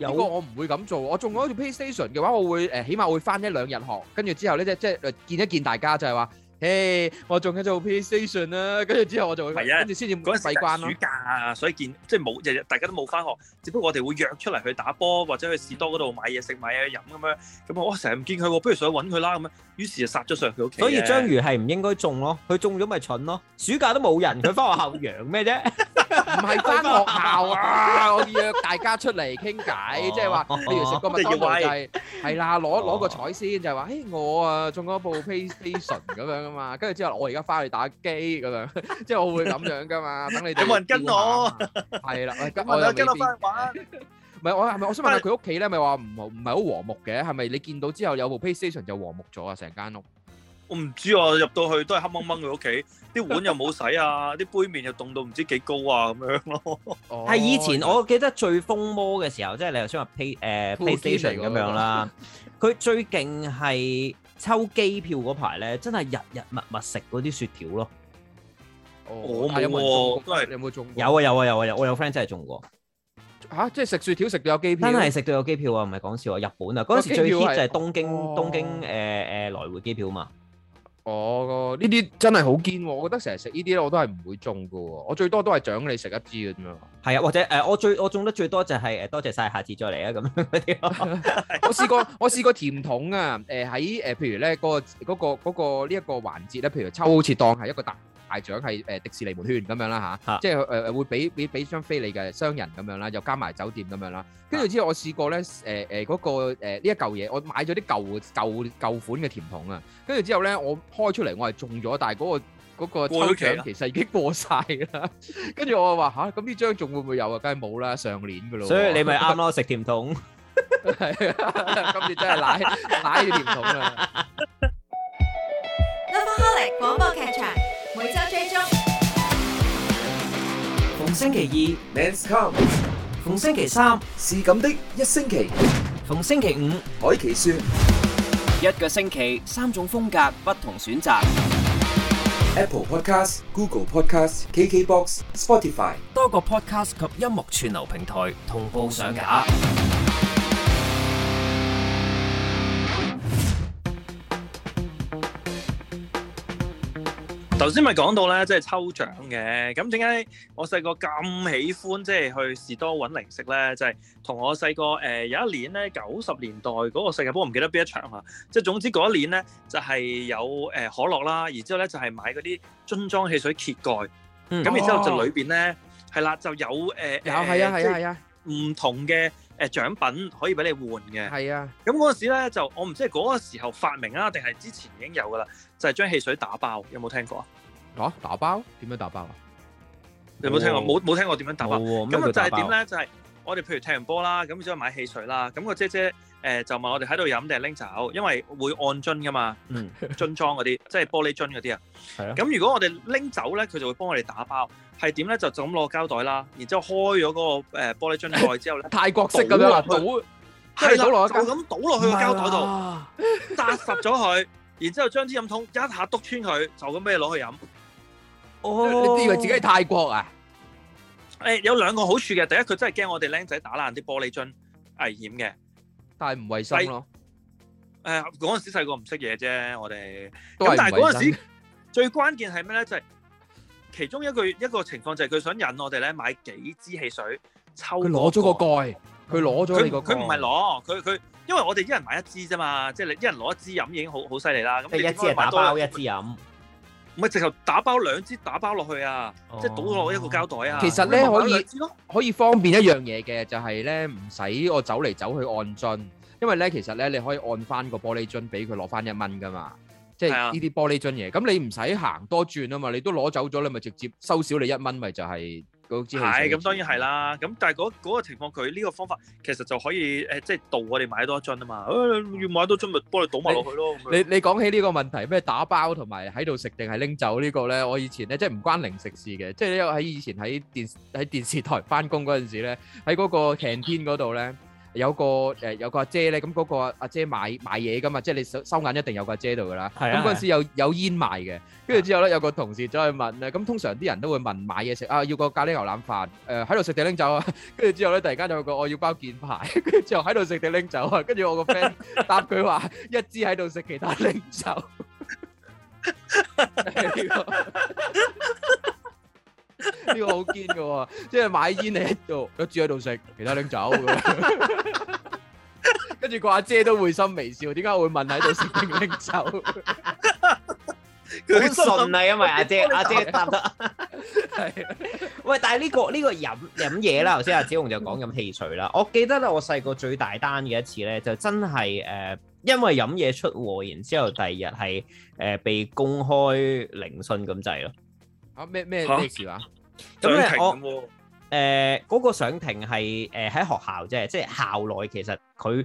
有
我唔會咁做，我中咗條 PlayStation 嘅話，我會誒、呃起碼會翻一兩日學，跟住之後咧即即係呃見一見大家就係話，誒我中咗做 PlayStation 啦，跟住之後我就會
係啊
跟住先至
嗰陣時
閉
就
關
係
咯
暑。假啊，所以見即係冇日日大家都冇翻學，只不過我哋會約出嚟去打波或者去士多嗰度買嘢食買嘢飲咁樣。咁我哇成日唔見佢喎，不如上去揾佢啦咁樣。於是就殺咗上佢屋企嘅。
所以章魚係唔應該中咯，佢中咗咪蠢咯。暑假都冇 人，佢翻學校揚咩啫？
唔係翻學校啊！我約大家出嚟 傾
哦
偈，即係話，譬如食個麥當勞就係係啦，攞攞個彩先，就係話，誒我啊中咗部 PlayStation 咁樣噶嘛，跟住之後我而家翻去打機咁樣，即係我會咁樣噶嘛，等你哋
有冇人跟我
笑下嘛？係啦，喂
咁
咁
我
我又
就
未
跟我
必。
翻去玩。
唔係我係咪我想問下佢屋企咧，咪話唔好唔係好和睦嘅？係咪你見到之後有部 PlayStation 就和睦咗啊？成間屋
我唔知啊，入到去都係黑掹掹佢屋企，啲碗又冇洗啊，啲杯麵又凍到唔知幾高啊咁樣咯。
係以前我記得最瘋魔嘅時候，即係你頭先話 Play 誒
Cool Kid 嚟
PlayStation
嗰個
咁樣啦，佢最勁係抽機票嗰排咧，真係日日密密食嗰啲雪條咯。
我冇
啊有冇人中過
喎都係
你有冇中過？
有啊有啊有啊有，我有 friend 真係中過，
嚇，即係食雪條食到有機票，
真係食到有機票啊，唔係講笑啊，日本啊，嗰陣時最
機
hit
票
就係
係
東京
哦
東京誒誒來回機票嘛。
哦，呢啲真係好堅喎！我覺得成日食呢啲咧，我都係唔會中噶喎。我最多都係獎你食一支咁樣。
係啊，或者誒我最我中得最多就係誒多謝晒，下次再嚟啊咁樣嗰啲 咯。
我試過，我試過甜筒啊！誒喺誒，譬如咧嗰、個嗰、個嗰、個呢一、個環節咧，譬如抽好似當係一個大大獎係誒迪士尼門圈咁樣啦吓，
啊
即係誒誒會俾俾俾張飛你嘅商人咁樣啦，又加埋酒店咁樣啦。跟住之後我試過咧誒誒嗰個誒呢一嚿嘢，我買咗啲舊舊舊款嘅甜筒啊，跟住之後咧我開出嚟我係中咗，但係嗰、個。嗰個抽
過咗期啦
獎其實已經過晒啦，跟住我話吓，咁呢張仲會唔會有啊？梗係冇啦，上年噶咯喎。
所以你咪啱咯，食甜筒。
係 啊，今次真係奶奶條甜筒啦。
Lovaholic 廣播劇場每周追蹤。
逢星期
Men's Come
二、逢星期三、
是咁的一星期，
逢星期五，
海奇說
一個星期三種風格，不同選擇，
Apple Podcast、Google Podcast、KKBox、Spotify。
多個 podcast 及音樂串流平台同步上架。
Đầu tiên, chúng ta sẽ nói về những bài hát 頭先咪講到咧，即係抽獎嘅。咁點解我細個咁喜歡即係去士多揾零食咧？就係、同我細個誒有一年咧，九十年代嗰個世界盃，我唔記得邊一場啦。即係總之嗰一年咧，就係、有誒、呃可樂啦，然之後咧就係、買嗰啲樽裝汽水揭蓋，咁、
嗯
然之後就
哦
裏邊咧係啦，就有誒
有係啊係啊係啊
唔同嘅誒獎品可以俾你換嘅。
係啊，
咁嗰陣時咧就我唔知係嗰個時候發明啊，定係之前已經有噶啦，就係、將汽水打包，有冇聽過啊？
嚇打包點樣打包啊？，
你有冇聽過？
冇
冇冇聽過點樣打包？
冇喎
咁啊
哦咩
就
叫打
係
包
點咧？就係我哋譬如踢完波啦，咁之後買汽水啦，咁個姐姐誒呃就問我哋喺度飲定係拎走，因為會按樽噶嘛，
嗯
樽裝嗰啲，即係玻璃樽嗰啲啊。
係啊
咁如果我哋拎走咧，佢就會幫我哋打包。係點咧？就就咁攞膠袋啦，然之後開咗嗰個誒玻璃樽蓋之後 咧
泰國式咁樣啊，
倒
倒
係
啊
倒落
啦，
去
就
膠
咁倒落去個膠袋度，
度。
扎實咗佢，然之後將支飲筒一下篤穿佢，就咁俾你攞去飲。
哦，
你以為自己係泰國啊？
誒、有兩個好處嘅，第一佢真係驚我哋僆仔打爛啲玻璃樽危險嘅。
但係唔衞生咯，
誒呃嗰陣時細個唔識嘢啫，我哋
都係
咁
唔
但係嗰
衞
陣
生
時。最關鍵係咩咧？就係、其中一句一個情況就係佢想引我哋咧買幾支汽水抽
佢攞咗個
嗰個
蓋，佢攞咗
佢
你個
唔
蓋。
佢唔係攞佢佢，因為我哋一人買一支啫嘛，即係你一人攞一支飲已經好好犀利啦。咁
即
你
係一
點
支
可以
係
買
打
多
包，一支飲。
唔係直頭打包兩支打包落去啊，即係倒落一個
哦
膠袋啊。
哦其實呢
咁咪買
可以
兩支咯
可以方便一樣嘢嘅，就係咧唔使我走嚟走去按樽，因為咧其實咧你可以按翻個玻璃樽俾佢攞翻一蚊噶嘛，即係
係啊
呢啲玻璃樽嘢。咁你唔使行多轉啊嘛，你都攞走咗，你咪直接收少你一蚊，咪就係嗰支汽水
係咁當然係。啦。咁但係嗰嗰個情況，佢呢個方法其實就可以誒，即係導我哋買多一樽啊嘛。誒要買多樽咪幫你倒埋落去咯。咁樣
你你講起呢個問題，咩打包同埋喺度食定係拎走呢個咧？我以前咧即係唔關零食事嘅，即係咧喺以前喺電喺電視台翻工嗰陣時咧，喺嗰個 canteen 嗰度咧有個誒、有個阿姐咧，咁嗰個阿姐買買嘢噶嘛，即係你收收銀一定有個阿姐度噶啦。
係
咁
啊
嗰陣時有有煙賣嘅，跟住之後咧有個同事走去問咧，咁通常啲人都會問買嘢食啊，要個咖喱牛腩飯，誒喺度食定拎走啊？ 跟住之後咧，突然間有個我要包件排，跟住之後喺度食定拎走啊？跟住我 個 friend 答佢話一支喺度食，其他拎走。 呢個呢個好堅嘅喎，即係買煙你喺度一支喺度食，其他拎走咁樣。 跟住個阿姐都會心微笑，點解我會問喺度食定拎走？
佢
好
心
順啊，因為阿姐阿姐答得。
係啊
喂，但係呢、個呢、個飲飲嘢啦，頭先阿子紅就講飲汽水啦。我記得咧，我細個最大單嘅一次咧，就真係誒、呃因為飲嘢出禍，然之後第二日係誒被公開聆訊咁滯咯。
啊咩咩
嚇
咩事話？
想
咁咧
停
我
咁喎
呃誒嗰、個上庭係誒喺學校啫，即係校內其實佢誒。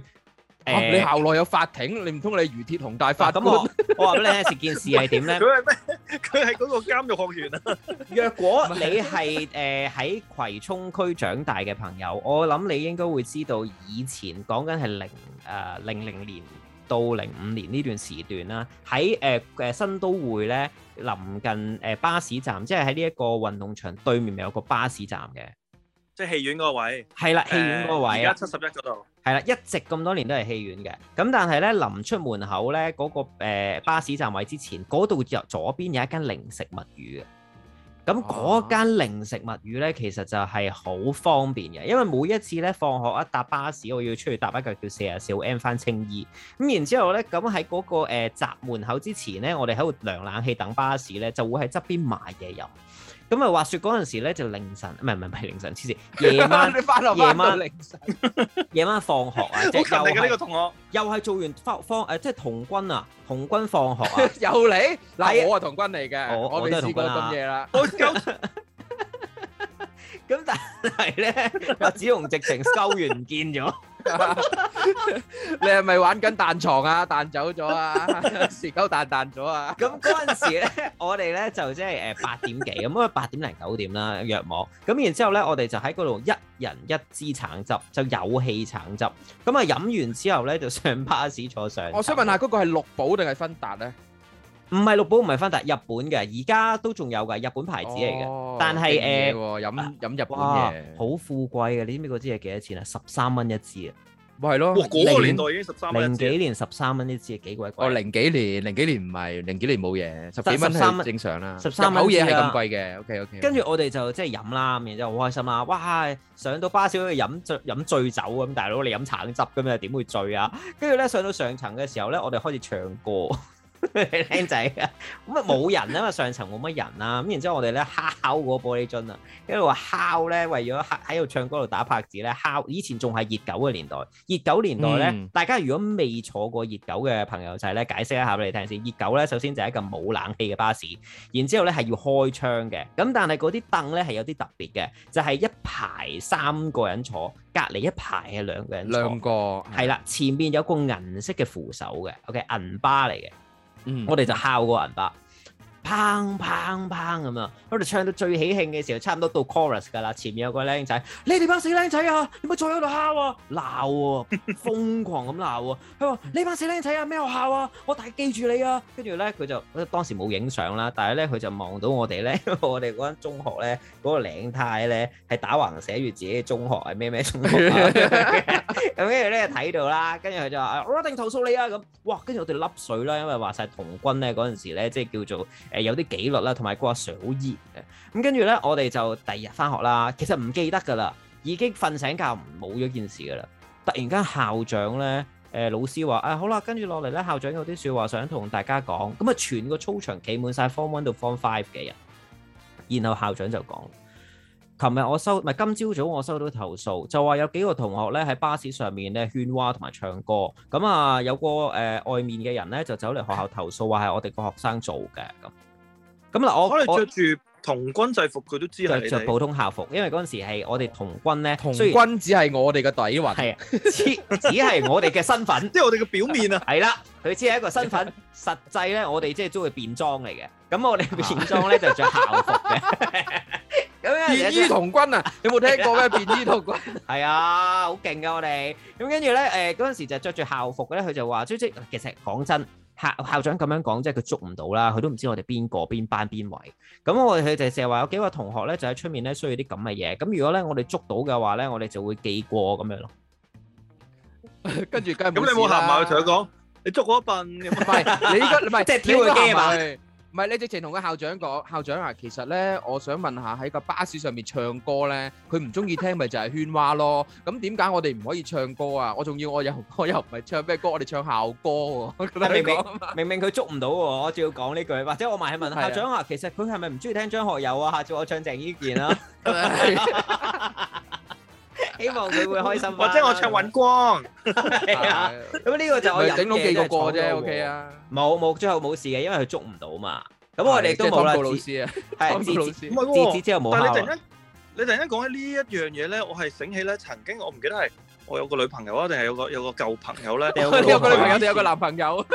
啊你校內有法庭，你唔通你如鐵紅大法
嗱
官
咁我我話俾你聽，件事係點咧？
佢係咩？ 佢係嗰個監獄學員啊！
若果你係誒喺葵涌區長大嘅朋友，我諗你應該會知道以前講緊係零誒零零年到零五年呢段時段啦，喺誒誒新都會咧臨近誒、呃巴士站，即係喺呢一個運動場對面咪有個巴士站嘅，
即係戲院嗰個位，
係啦，戲院嗰個
誒
位啊
而
啦
家七十一嗰度。
係啦，一直咁多年都係戲院嘅。咁但係咧，臨出門口咧，嗰、個、呃、巴士站位之前，嗰度右左邊有一間零食物語嘅。咁
哦
嗰間零食物語咧，其實就係好方便嘅，因為每一次咧放學一啊搭巴士，我要出去搭一架叫四啊小 M 翻青衣。咁然之後咧，咁喺嗰個誒閘門口之前咧，我哋喺度涼冷氣等巴士咧，就會喺側邊買嘢飲。咁啊，話説嗰陣時咧，就凌晨，唔係唔係唔係凌晨，黐線，夜晚
你翻落
夜
翻到
晚
凌晨，
夜晚放學啊，即
好
係
勤力嘅
又
呢
係
個同學，
又係做完放放誒，即係童軍 啊，童軍放學啊，
又嚟
係
嗱，
啊
我係童軍嚟嘅，
我
我
我
未
都係
試過
童軍啊
咁嘢啦。
我鳩
咁但係咧， 阿子龍直情收完見咗，
你係咪玩緊彈床啊？彈走咗啊？ 時鳩彈彈咗啊？
咁嗰陣時咧，我哋咧就即係誒八點幾咁啊，八點零九點啦，約莫。咁然之後咧，我哋就喺嗰度一人一支橙汁，就有氣橙汁。咁啊飲完之後咧，就上巴士坐上。
我想問下，嗰個係綠寶定係芬達咧？
唔係綠寶唔係芬達，日本嘅，而家都仲有㗎，日本牌子嚟嘅。
嘅
但係呃啊
飲飲日
哇，
本哦嘢，
好富貴嘅！你知唔知嗰支嘢幾多錢啊？十三蚊一支啊！
咪係咯，
哇！嗰個
零
年代已經十三蚊
零
一
幾
支，
年十三蚊一支幾鬼貴？
哦，零幾年，零幾年唔係，零幾年冇嘢，十幾蚊
13
係
蚊
正常啦。
13蚊
入口嘢係
知
咁
啊
貴嘅，OK OK。
跟住我哋就即係飲啦，咁然之後好開心啦。哇！上到巴士去飲醉飲醉酒咁，大佬你飲橙汁咁又點會醉啊？跟住咧上到上層嘅時候咧，我哋開始唱歌。 僆仔啊，咁啊冇人啊嘛，上層冇乜人啦，咁然之後我哋咧敲嗰個玻璃樽啊，跟住話敲咧，為咗敲喺度唱歌度打拍子咧敲，以前仲係熱狗嘅年代，熱狗年代咧，
嗯
大家如果未坐過熱狗嘅朋友仔咧，解釋一下俾你聽先。熱狗咧首先就係一個冇冷氣嘅巴士，然之後咧係要開窗嘅，咁但係嗰啲凳咧係有啲特別嘅，就係、一排三個人坐，隔離一排係兩個人坐
兩。個
係啦，前面有個銀色嘅扶手嘅，OK 銀巴嚟嘅，
嗯
我哋就敲個銀巴，砰砰砰咁啊！我哋唱到最喜慶嘅時候，差唔多到 chorus 㗎啦。前面有個僆仔，你哋班死僆仔啊，你咪再喺度敲啊！鬧喎、瘋狂咁鬧喎。佢話：你班死僆仔啊，咩學校啊？我大記住你啊！跟住咧，佢就當時冇影相啦，但係咧佢就望到我哋咧，因為 我哋嗰間中學咧嗰、個領呔咧係打橫寫住自己嘅中學係咩咩中學啊咁跟住咧睇到啦，跟住佢就話：啊我一定投訴你啊！咁，哇！跟住我哋笠水啦，因為話晒童軍咧嗰陣時咧，即係叫做誒、呃有啲紀律啦，同埋個阿 Sir 好熱嘅。咁跟住咧，我哋就第二日翻學啦，其實唔記得㗎啦，已經瞓醒覺唔冇咗件事㗎啦。突然間校長咧。誒、老師話啊好啦，跟住落嚟咧，校長有啲説話想同大家講，咁啊全個操場企滿晒 Form One 到 Form Five 嘅人，然後校長就講：琴日我收唔係今朝早我收到投訴，就話有幾個同學咧喺巴士上面咧喧譁同埋唱歌，咁啊有個誒、呃外面嘅人咧就走嚟學校投訴話係我哋個學生做嘅咁，咁嗱我
我哋
我
着住童軍制服，佢都知係
着
你
着
哋。
普通校服，因為嗰陣時係我哋童軍咧，
童
雖然
軍只係我哋嘅底雲，
係啊只只係我哋嘅身份。
即係我哋嘅表面 啊，
係啦，佢只係一個身份，實際咧我哋即係都會變裝嚟嘅。咁我哋變裝咧就着校服 嘅。咁有
便
陣時
衣童軍啊！有冇聽過咩便衣童軍？
係啊，好勁噶我哋。咁跟住咧，誒嗰陣時就着住校服嘅咧，佢就話，即即其實講真，校校長咁樣講，即係佢捉唔到啦，佢都唔知我哋邊個邊班邊位。咁我哋佢就成日話有幾個同學咧就喺出面咧需要啲咁嘅嘢。咁如果咧我哋捉到嘅話咧，我哋就會記過咁樣咯。
跟住梗係
咁你
事
冇
啦
行埋去同佢講，你捉我一笨咁
唔係你應該唔 係
即係挑佢機啊嘛
你應該行埋去唔係你直情同個校長講，校長啊，其實咧，我想問下喺個巴士上面唱歌咧，佢唔中意聽咪就係喧譁咯。咁點解我哋唔可以唱歌啊？我仲要我又 我又唔係唱咩歌，我哋唱校歌喎。 我覺得 你
明明
講啊嘛
明明佢捉唔到喎，我仲要講呢句，或者我埋去問
係啊
校長啊，其實佢係咪唔中意聽張學友啊？下次我唱鄭伊健啦，希望佢會開心。啊
或者我 唱尹，光，
à?
係啊，咁呢個就我
咪
飲
整到
嘢
幾個
真係
歌
闖
啫
到
，OK à.
喎。
啊。
冇冇，最後冇事嘅，因為佢捉唔到嘛。咁我哋都冇啦，
即係湯告老
自
師啊，
係
湯告老
自
唔係
自
師。
喎
自知之後冇
但係
敲
你突然
啦。
間，你突然間講起呢一樣嘢咧，我係醒起咧，曾經我唔記得係我有個女朋友啊，定係有個有個舊朋友咧，
你有個
你有個女朋友，
佢以前
你有個男朋友，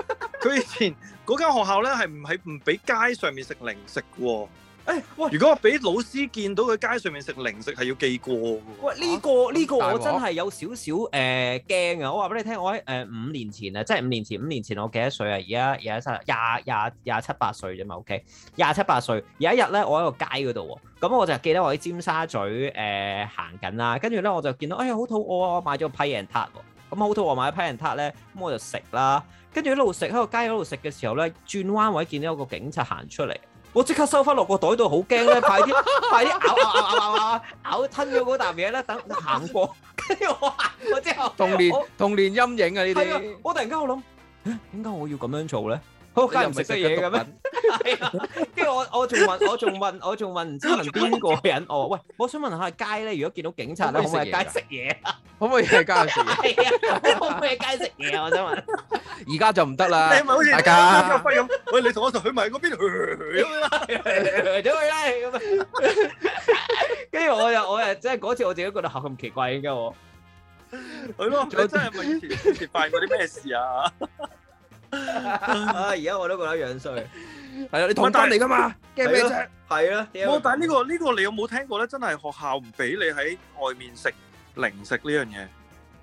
佢以前嗰間學校咧係唔係唔俾街上面食零食喎？
誒喂
如果我俾老師見到佢街上面食零食係要記過嘅喎，
喂，呢個呢個
大鑊
我真係有少少誒驚啊！我話俾你聽，我喺誒五年前啊，即係五年前，五年前我幾多歲啊？而家而家三廿廿廿七八歲啫嘛，OK，廿七八歲。有一日咧，我喺個街嗰度喎，咁我就記得我喺尖沙咀誒行緊啦，跟住咧我就見到，哎呀好肚餓啊！我買咗個 pie and tart 喎，咁好肚餓買 pie and tart 咧，咁我就食啦。跟住一路食喺個街嗰度食嘅時候咧，轉彎位見到有個警察行出嚟，我即刻收翻落個袋度，好驚 咧，快啲快啲咬咬咬咬咬咬吞咗嗰啖嘢咧，等行過，跟住我行過之後，
童年
我
童年陰影啊呢
係啊
啲，。
我突然間我諗，欸點解我要咁樣做咧？我街唔食得嘢嘅咩？係啊，跟住我我仲問我仲問我仲問唔知問邊 個人我話喂，我想問下街咧，如果見到警察咧，可
可
唔
唔可
可
以
以
食嘢
喺街食嘢啊？
㗎可唔可以係家事？
係啊，可唔可以喺街食嘢啊？我想問。
而家就唔得啦
你係，咪好似
大家
輝咁？喂，你同我一齊去埋嗰邊咁樣
啊
啦，
咗佢啦咁啊。跟住我又我又即係嗰次我自己覺得嚇咁奇怪嘅我，
係咯？你真係咪以前以前犯過啲咩事啊？
啊而家我都覺得樣衰。
係啊，你童軍嚟㗎嘛，驚咩啫？
係啊咯，點
冇，但係呢個呢個你有冇聽過咧？真係學校唔俾你喺外面食零食呢樣嘢。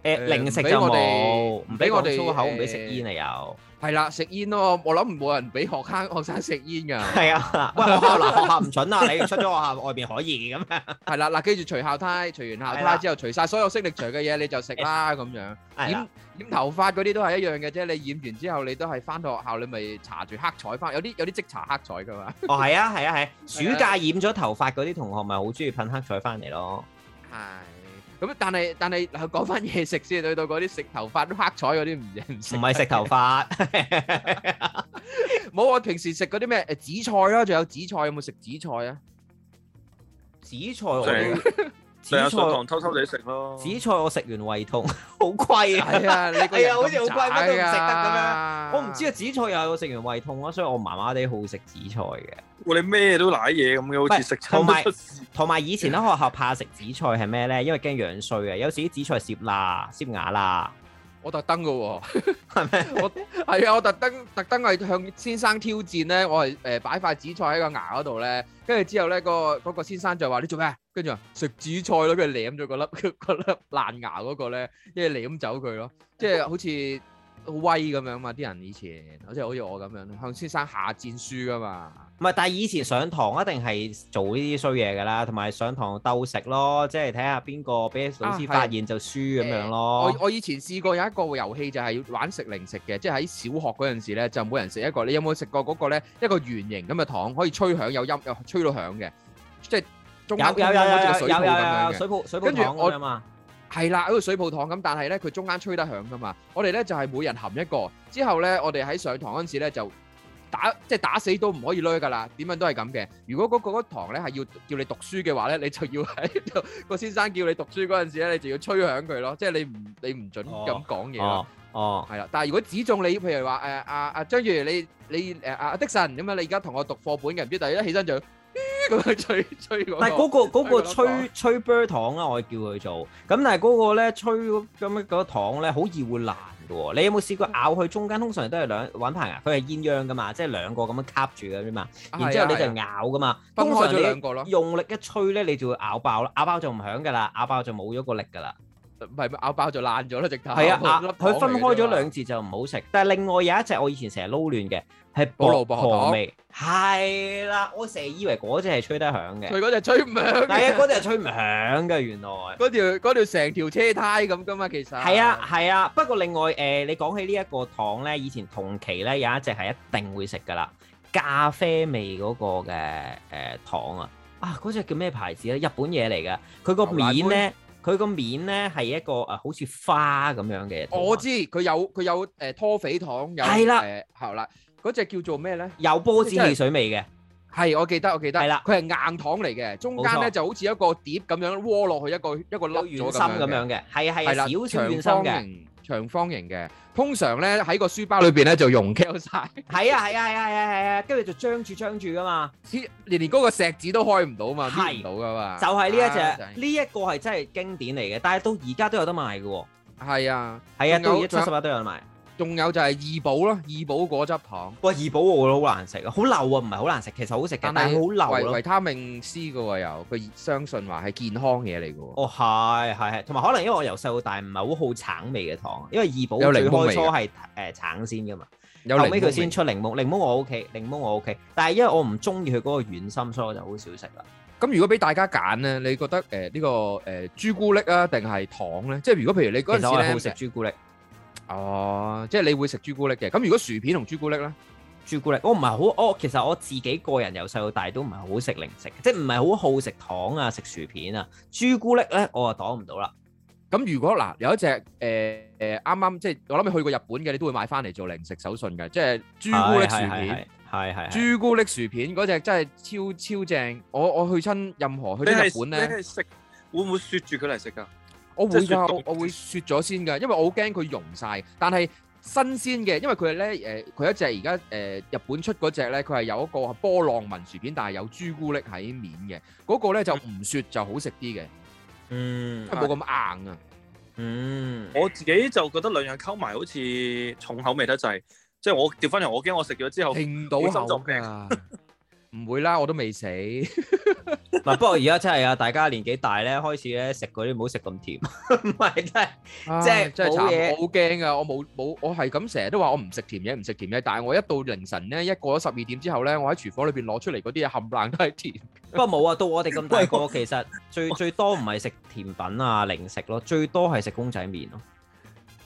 誒零食就
唔俾我哋
冇，唔俾
唔俾我
講
哋
粗口，唔俾
誒
食煙啊又。
係啦，食煙咯，我諗冇人俾學生 學生食煙㗎。
係啊， 喂學校嗱學校唔蠢啊，你出咗學校外邊可以 咁啊。
係啦，嗱，記住除校呔，除完校
係啦
呔之後，除晒所有識力除嘅嘢你就食啦咁樣。
係啦
染染頭髮嗰啲都係一樣嘅啫，你染完之後你都係翻到學校，你咪搽住黑彩翻，有啲有啲即搽黑彩㗎嘛。
哦係啊係啊係啊，暑假染咗頭髮嗰啲同學咪好中意噴黑彩翻嚟咯。
係，咁但係但係嗱講翻嘢食先，去到嗰啲食頭髮都黑彩嗰啲唔唔食
唔。係食頭髮，
冇我平時食嗰啲咩誒紫菜啦，仲有紫菜有冇食紫菜啊？
紫菜
正
我都
成日
紫
上
菜
堂偷偷地食咯。
紫菜我食完胃痛， 好 貴啊！
係啊，你個
係
人
啊好似好貴乜都唔食得咁
樣
我唔知啊，紫菜又係我食完胃痛啊，所以我麻麻地好食紫菜嘅。
我哋咩都舐嘢咁嘅，好似
喂
食
同埋
親都出事。
同埋以前咧學校怕食紫菜係咩咧？因為驚樣衰啊，有時啲紫菜攝罅、攝牙罅。
我特登嘅喎， 係咩？我係啊，我特登特登係向先生挑戰咧，我係誒擺塊紫菜喺個牙嗰度咧，跟住之後咧，嗰個嗰個先生就話你做咩？跟住話食紫菜咯，跟住舐咗個粒 嗰粒爛牙嗰個咧，跟住舐走佢咯，即 係好似好威咁樣嘛！啲人以前好似好似我咁樣，向先生下戰書噶嘛。
唔係，但係以前上堂啊一定係做呢啲衰嘢㗎啦，同埋上堂鬥食咯，即係睇下邊個俾老師
啊係
發現就輸咁樣
我
咯。
我以前試過有一個遊戲就係玩食零食嘅，即係喺小學嗰陣時咧，就每人食一個。你有冇食過嗰個咧？一個圓形咁嘅糖，可以吹響有音，有吹到響嘅，即係中
有
間
有有有
空空
有
好似個水
有
泡
有有
咁
有
樣嘅。
水泡水泡
跟住
糖
我
咁樣嘛，
係啦，好似水泡糖咁，但係咧佢中間吹得響噶嘛。我哋咧就係每人含一個，之後咧我哋喺上堂嗰陣時咧就。打即係打死都唔可以掠㗎啦，點樣都係咁嘅。如果嗰、嗰堂咧係要叫你讀書嘅話咧，你就要喺 度個先生叫你讀書嗰陣時咧，你就要吹響佢咯，即係你唔你唔準咁講嘢咯。
哦哦，
係啦，但係如果指中你，譬如話誒阿阿張宇，你你誒阿阿的神咁樣，你而家同我讀課本嘅，唔知第一起身就咦咁樣吹吹嗰個
但係嗰個嗰個
嗰個
吹吹 b 糖啦，我叫佢做。咁但係嗰個咧吹咁樣嗰個糖咧，好易會爛嘅喎。你有冇試過咬佢中間？通常都係兩揾排牙，佢係鴛鴦㗎嘛，即係兩個咁樣卡住㗎啫嘛。然之後你就
係啊係啊
咬㗎嘛。
分
通
開
常
咗
你
兩個咯，
用力一吹咧，你就會咬爆啦，咬爆就唔響㗎啦，咬爆就冇咗個力㗎啦。
唔係咬爆就爛咗啦，直頭
係啊，啊
粒糖
佢分
嚟㗎
開咗
嘛
兩截就唔好食。但係另外有一隻我以前成日撈亂嘅係
保
薄
羅薄荷
荷
糖
味，係啦，我成日以為嗰只係吹得響嘅，
佢嗰隻吹 唔
係
響
啊，
嘅，
嗰只係吹唔響嘅原來。
嗰條嗰條成條車胎咁噶嘛，其實
係啊，係啊，不過另外誒、你講起呢一個糖咧，以前同期咧有一隻係一定會食噶啦，咖啡味嗰個嘅誒、糖啊，啊嗰只叫咩牌子咧？日本嘢嚟噶，佢個
牛奶
面咧，佢個面咧係一個誒、好似花咁樣嘅糖啊。
我知佢有佢有誒拖肥糖有
係啦
誒係啦，嗰只叫做咩咧？
有波子汽水味嘅，
係，我記得，我記得，
係啦
佢係硬糖嚟嘅，中
冇
間咧
錯
就好似一個碟咁樣窩落去一個一個
有
粒
圓
咗
心
咁
咁
樣
樣
嘅
嘅，係啊係啊，
係
少
啦，
少圓心
長方
嘅，
形，長方形嘅，通常咧喺個書包裏邊咧就溶 k 晒，
係啊係啊係啊係啊係啊，跟住就張住張住噶嘛。
黐連連嗰個石子都開唔到嘛，搣
係
唔到噶嘛，
就係
啊
呢一隻，呢一個係真係經典嚟嘅，但係到而家都有得賣嘅喎。
就係係啊，
係啊，
仲
到
有
而家七十一都有得賣。
仲有就係二寶咯，二寶果汁糖，
哇，二寶我覺得好難食啊，好流啊，唔係好難食，其實好食嘅，
但
但係
係
好
維
流咯
維。他命 C 嘅喎又，佢相信話係健康嘢嚟嘅喎，
哦，係係係，同埋可能因為我由細到大唔係好好橙味嘅糖，啊因為二寶
有檸
最
檬
開
味
初
嘅
係誒橙先㗎嘛，
有
後
檸
尾
檬
佢先
味
出檸檬，檸檬我 OK，檸檬我 OK，但係因為我唔中意佢嗰個軟心，所以我就好少食啦。
咁如果俾大家揀咧，你覺得誒呢、個誒、朱古力啊，定係糖咧？即係如果譬如你
其
嗰
實我係好
陣時
食
咧，
朱古力，
哦，即係你會食朱古力嘅。咁如果薯片同朱古力咧，
朱古力我唔係好，我其實我自己個人由細到大都唔係好食零食，即係唔係好好食糖啊、食薯片啊，朱古力咧我啊擋唔到啦。
咁如果嗱有一隻誒誒啱啱即係我諗你去過日本嘅，你都會買翻嚟做零食手信嘅，即係朱古力薯片。
係係係係
朱古力薯片嗰只真係超超正，我我去親任何去
你係
親日
你
本咧，
係食會唔會雪住佢嚟食㗎？
我會
即係雪
㗎，
凍
我我會雪咗先㗎，因為我好驚佢溶晒。但係新鮮嘅，因為佢咧誒，佢、一隻而家呃誒日本出嗰只咧，佢係有一個波浪紋薯片，但係有朱古力喺面嘅，嗰、個咧就嗯唔雪就好食啲嘅，
嗯
因為冇咁硬啊。
嗯。
我自己就覺得兩樣溝埋好似重口味得滯，即係我調翻嚟，我驚我食咗之後
停到
好心
口
臟病
㗎，唔會啦，我都 未死。
唔係，不過而家真係啊，大家年紀大咧，開始咧食嗰啲唔好食咁甜， 唔係真係
唉
即係
真係
冇
慘，
嘢
我好驚噶，我冇冇，我係咁成日都話我唔食甜嘢，唔食甜嘢，但係我一到凌晨咧，一過咗十二點之後咧，我喺廚房裏邊攞出嚟嗰啲嘢冚唪唥都係甜。
不過冇啊，到我哋咁 大個，其實最最多唔係食甜品啊、零食咯，最多係食公仔麵咯。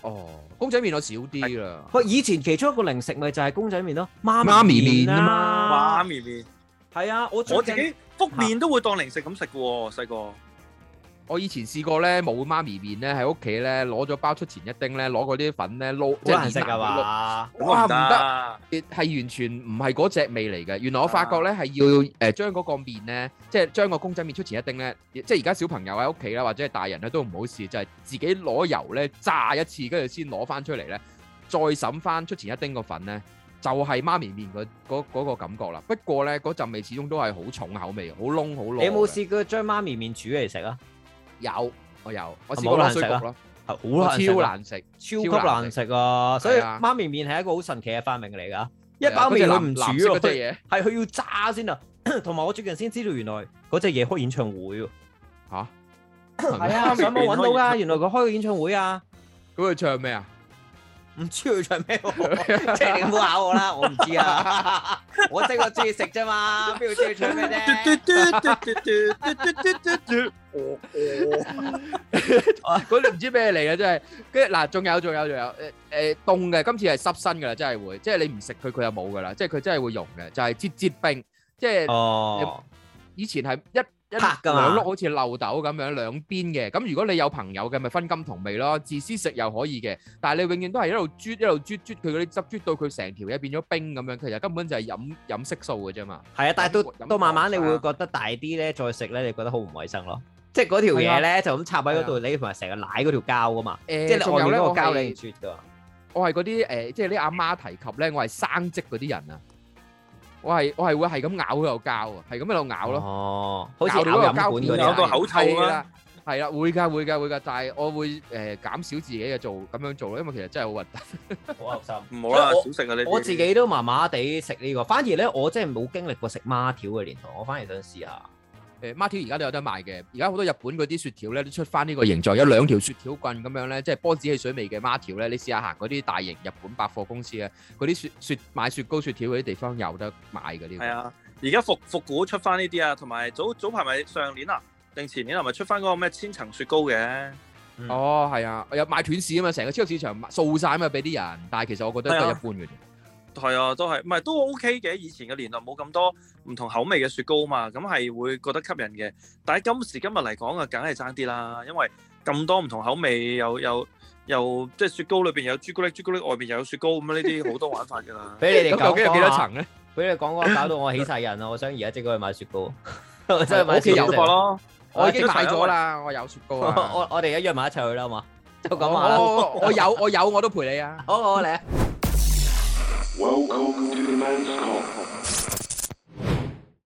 哦，公仔麵我少啲啦。
喂，以前其中一個零食咪就係公仔麵咯，媽
媽咪
麵
麵啊
媽
嘛。
咪面，
係啊，我最
我
近
自己福面都會當零食咁食嘅喎，細個。
我以前試過咧冇媽咪麵咧，喺屋企咧攞咗包出前一丁咧，攞嗰啲粉咧撈，即
好
係
難食啊
攣埋佢撈
嘛。
哇唔得，
得，
係完全唔係嗰只味嚟嘅。原來我發覺咧係要誒將嗰個麵咧，即係將個公仔麵出前一丁咧，即係而家小朋友喺屋企啦，或者係大人咧都唔好試，就係自己攞油咧炸一次，跟住先攞翻出嚟咧，再審翻出前一丁個粉咧。就係媽咪麵嗰嗰嗰個感覺啦，不過咧嗰陣味始終都係好重口味，好燶好燶。
你有冇試過將媽咪麵煮嚟食啊？
有，我有，我
係咪
試
好
過攞
難
水
食
局
啊
咯，
係
我
好難食啊，
超難食。
超級難食啊！所以
係啊
媽咪麵係一個好神奇嘅發明嚟㗎。一
係啊
包
嗰隻
麵佢
藍
唔煮
藍色
喎
嗰隻，嘢
係佢要炸先啊！ 同埋我最近先知道，原來嗰隻嘢開演唱會喎。
嚇，
係 啊，上網揾到㗎，原來佢開個演唱會啊！
咁佢唱咩啊？
唔知佢唱咩 喎，即係你唔好考我啦，我唔知 啊！我即係我中意食啫嘛，邊度知佢唱咩啫？
嗰啲唔知咩嚟嘅真係。跟住嗱，仲有仲有仲有誒誒凍嘅，今次係濕身㗎啦，真係會，即係你唔食佢，佢又冇㗎啦，即係佢真係會溶嘅，就係擠擠冰，即
Ờ.
係
哦，
以前係一。一
拍㗎嘛
兩碌好似漏豆咁樣兩邊嘅，咁如果你有朋友嘅，咪分金同味咯，自私食又可以嘅，但係你永遠都係一路啜一路啜啜佢嗰啲汁，啜到佢成條嘢變咗冰咁樣，其實根本就係飲飲色素嘅啫嘛。
係啊，但係
飲
到
飲
到慢慢你
糖
會
啊
覺得大啲咧，再食咧，你覺得好唔衞生咯。即係嗰條嘢
啊
咧，就咁插喺嗰度，你同埋成日舐嗰條膠㗎嘛，
誒
即係你
仲
外
有
面
咧，
嗰
我
個膠
係
你啜啊㗎嘛。
我係嗰啲誒，即係啲阿媽提及咧，我係生積嗰啲人啊。我係我係會係咁咬嗰嚿膠啊，係咁喺度咬咯，
哦，好似
咬
咬
到嗰
飲
個膠
管
片
嗰
咬
啲
到
啊。
口臭
係
啦
啦，係啦，會㗎會㗎會㗎，但係我會誒減少自己嘅做咁樣做咯，因為其實真係好核突。
好嘔心。
唔好啦，
我
少食啊你。
我自己都麻麻地食呢個，反而咧我真係冇經歷過食孖條嘅年代，我反而想試 下。
誒 m a r t i 而家都有得賣嘅，而家好多日本嗰啲雪條咧都出翻呢個形狀，有兩條雪條棍咁樣咧，即係波子汽水味嘅 m a r t i 咧，你試下行嗰啲大型日本百貨公司啊，嗰啲雪雪買雪糕雪條嗰啲地方有得買嘅呢個
係。啊，而家復復古出翻呢啲啊，同埋早早排咪上年啊，定前年啊，咪出翻嗰個咩千層雪糕嘅。
嗯。
哦，係啊，有賣斷市啊嘛，成個超級市場賣掃晒啊嘛，俾啲人。但係其實我覺得
係啊
都係一般嘅啫。
係啊，都係，唔係都 OK 嘅。以前嘅年代冇咁多唔同口味嘅雪糕嘛，咁係會覺得吸引嘅。但係今時今日嚟講啊，梗係爭啲啦，因為咁多唔同口味，又又又即係雪糕裏邊有朱古力，朱古力外邊又有雪糕咁樣，呢啲好多玩法㗎啦
俾你哋
咁究
講
竟有幾多
講下，
層咧？
俾你哋講講下，搞到我起晒人啊！我想而家即刻去買雪糕， 我真係
我
買
屋企
雪糕
有
有
食
個。咯，
我已經買咗啦， 我有雪糕
我
啊。
我我哋一約埋一齊去啦，好嘛？就咁話啦。
我我有我有我都陪你啊！
好好嚟啊！
Welcome to the man's call.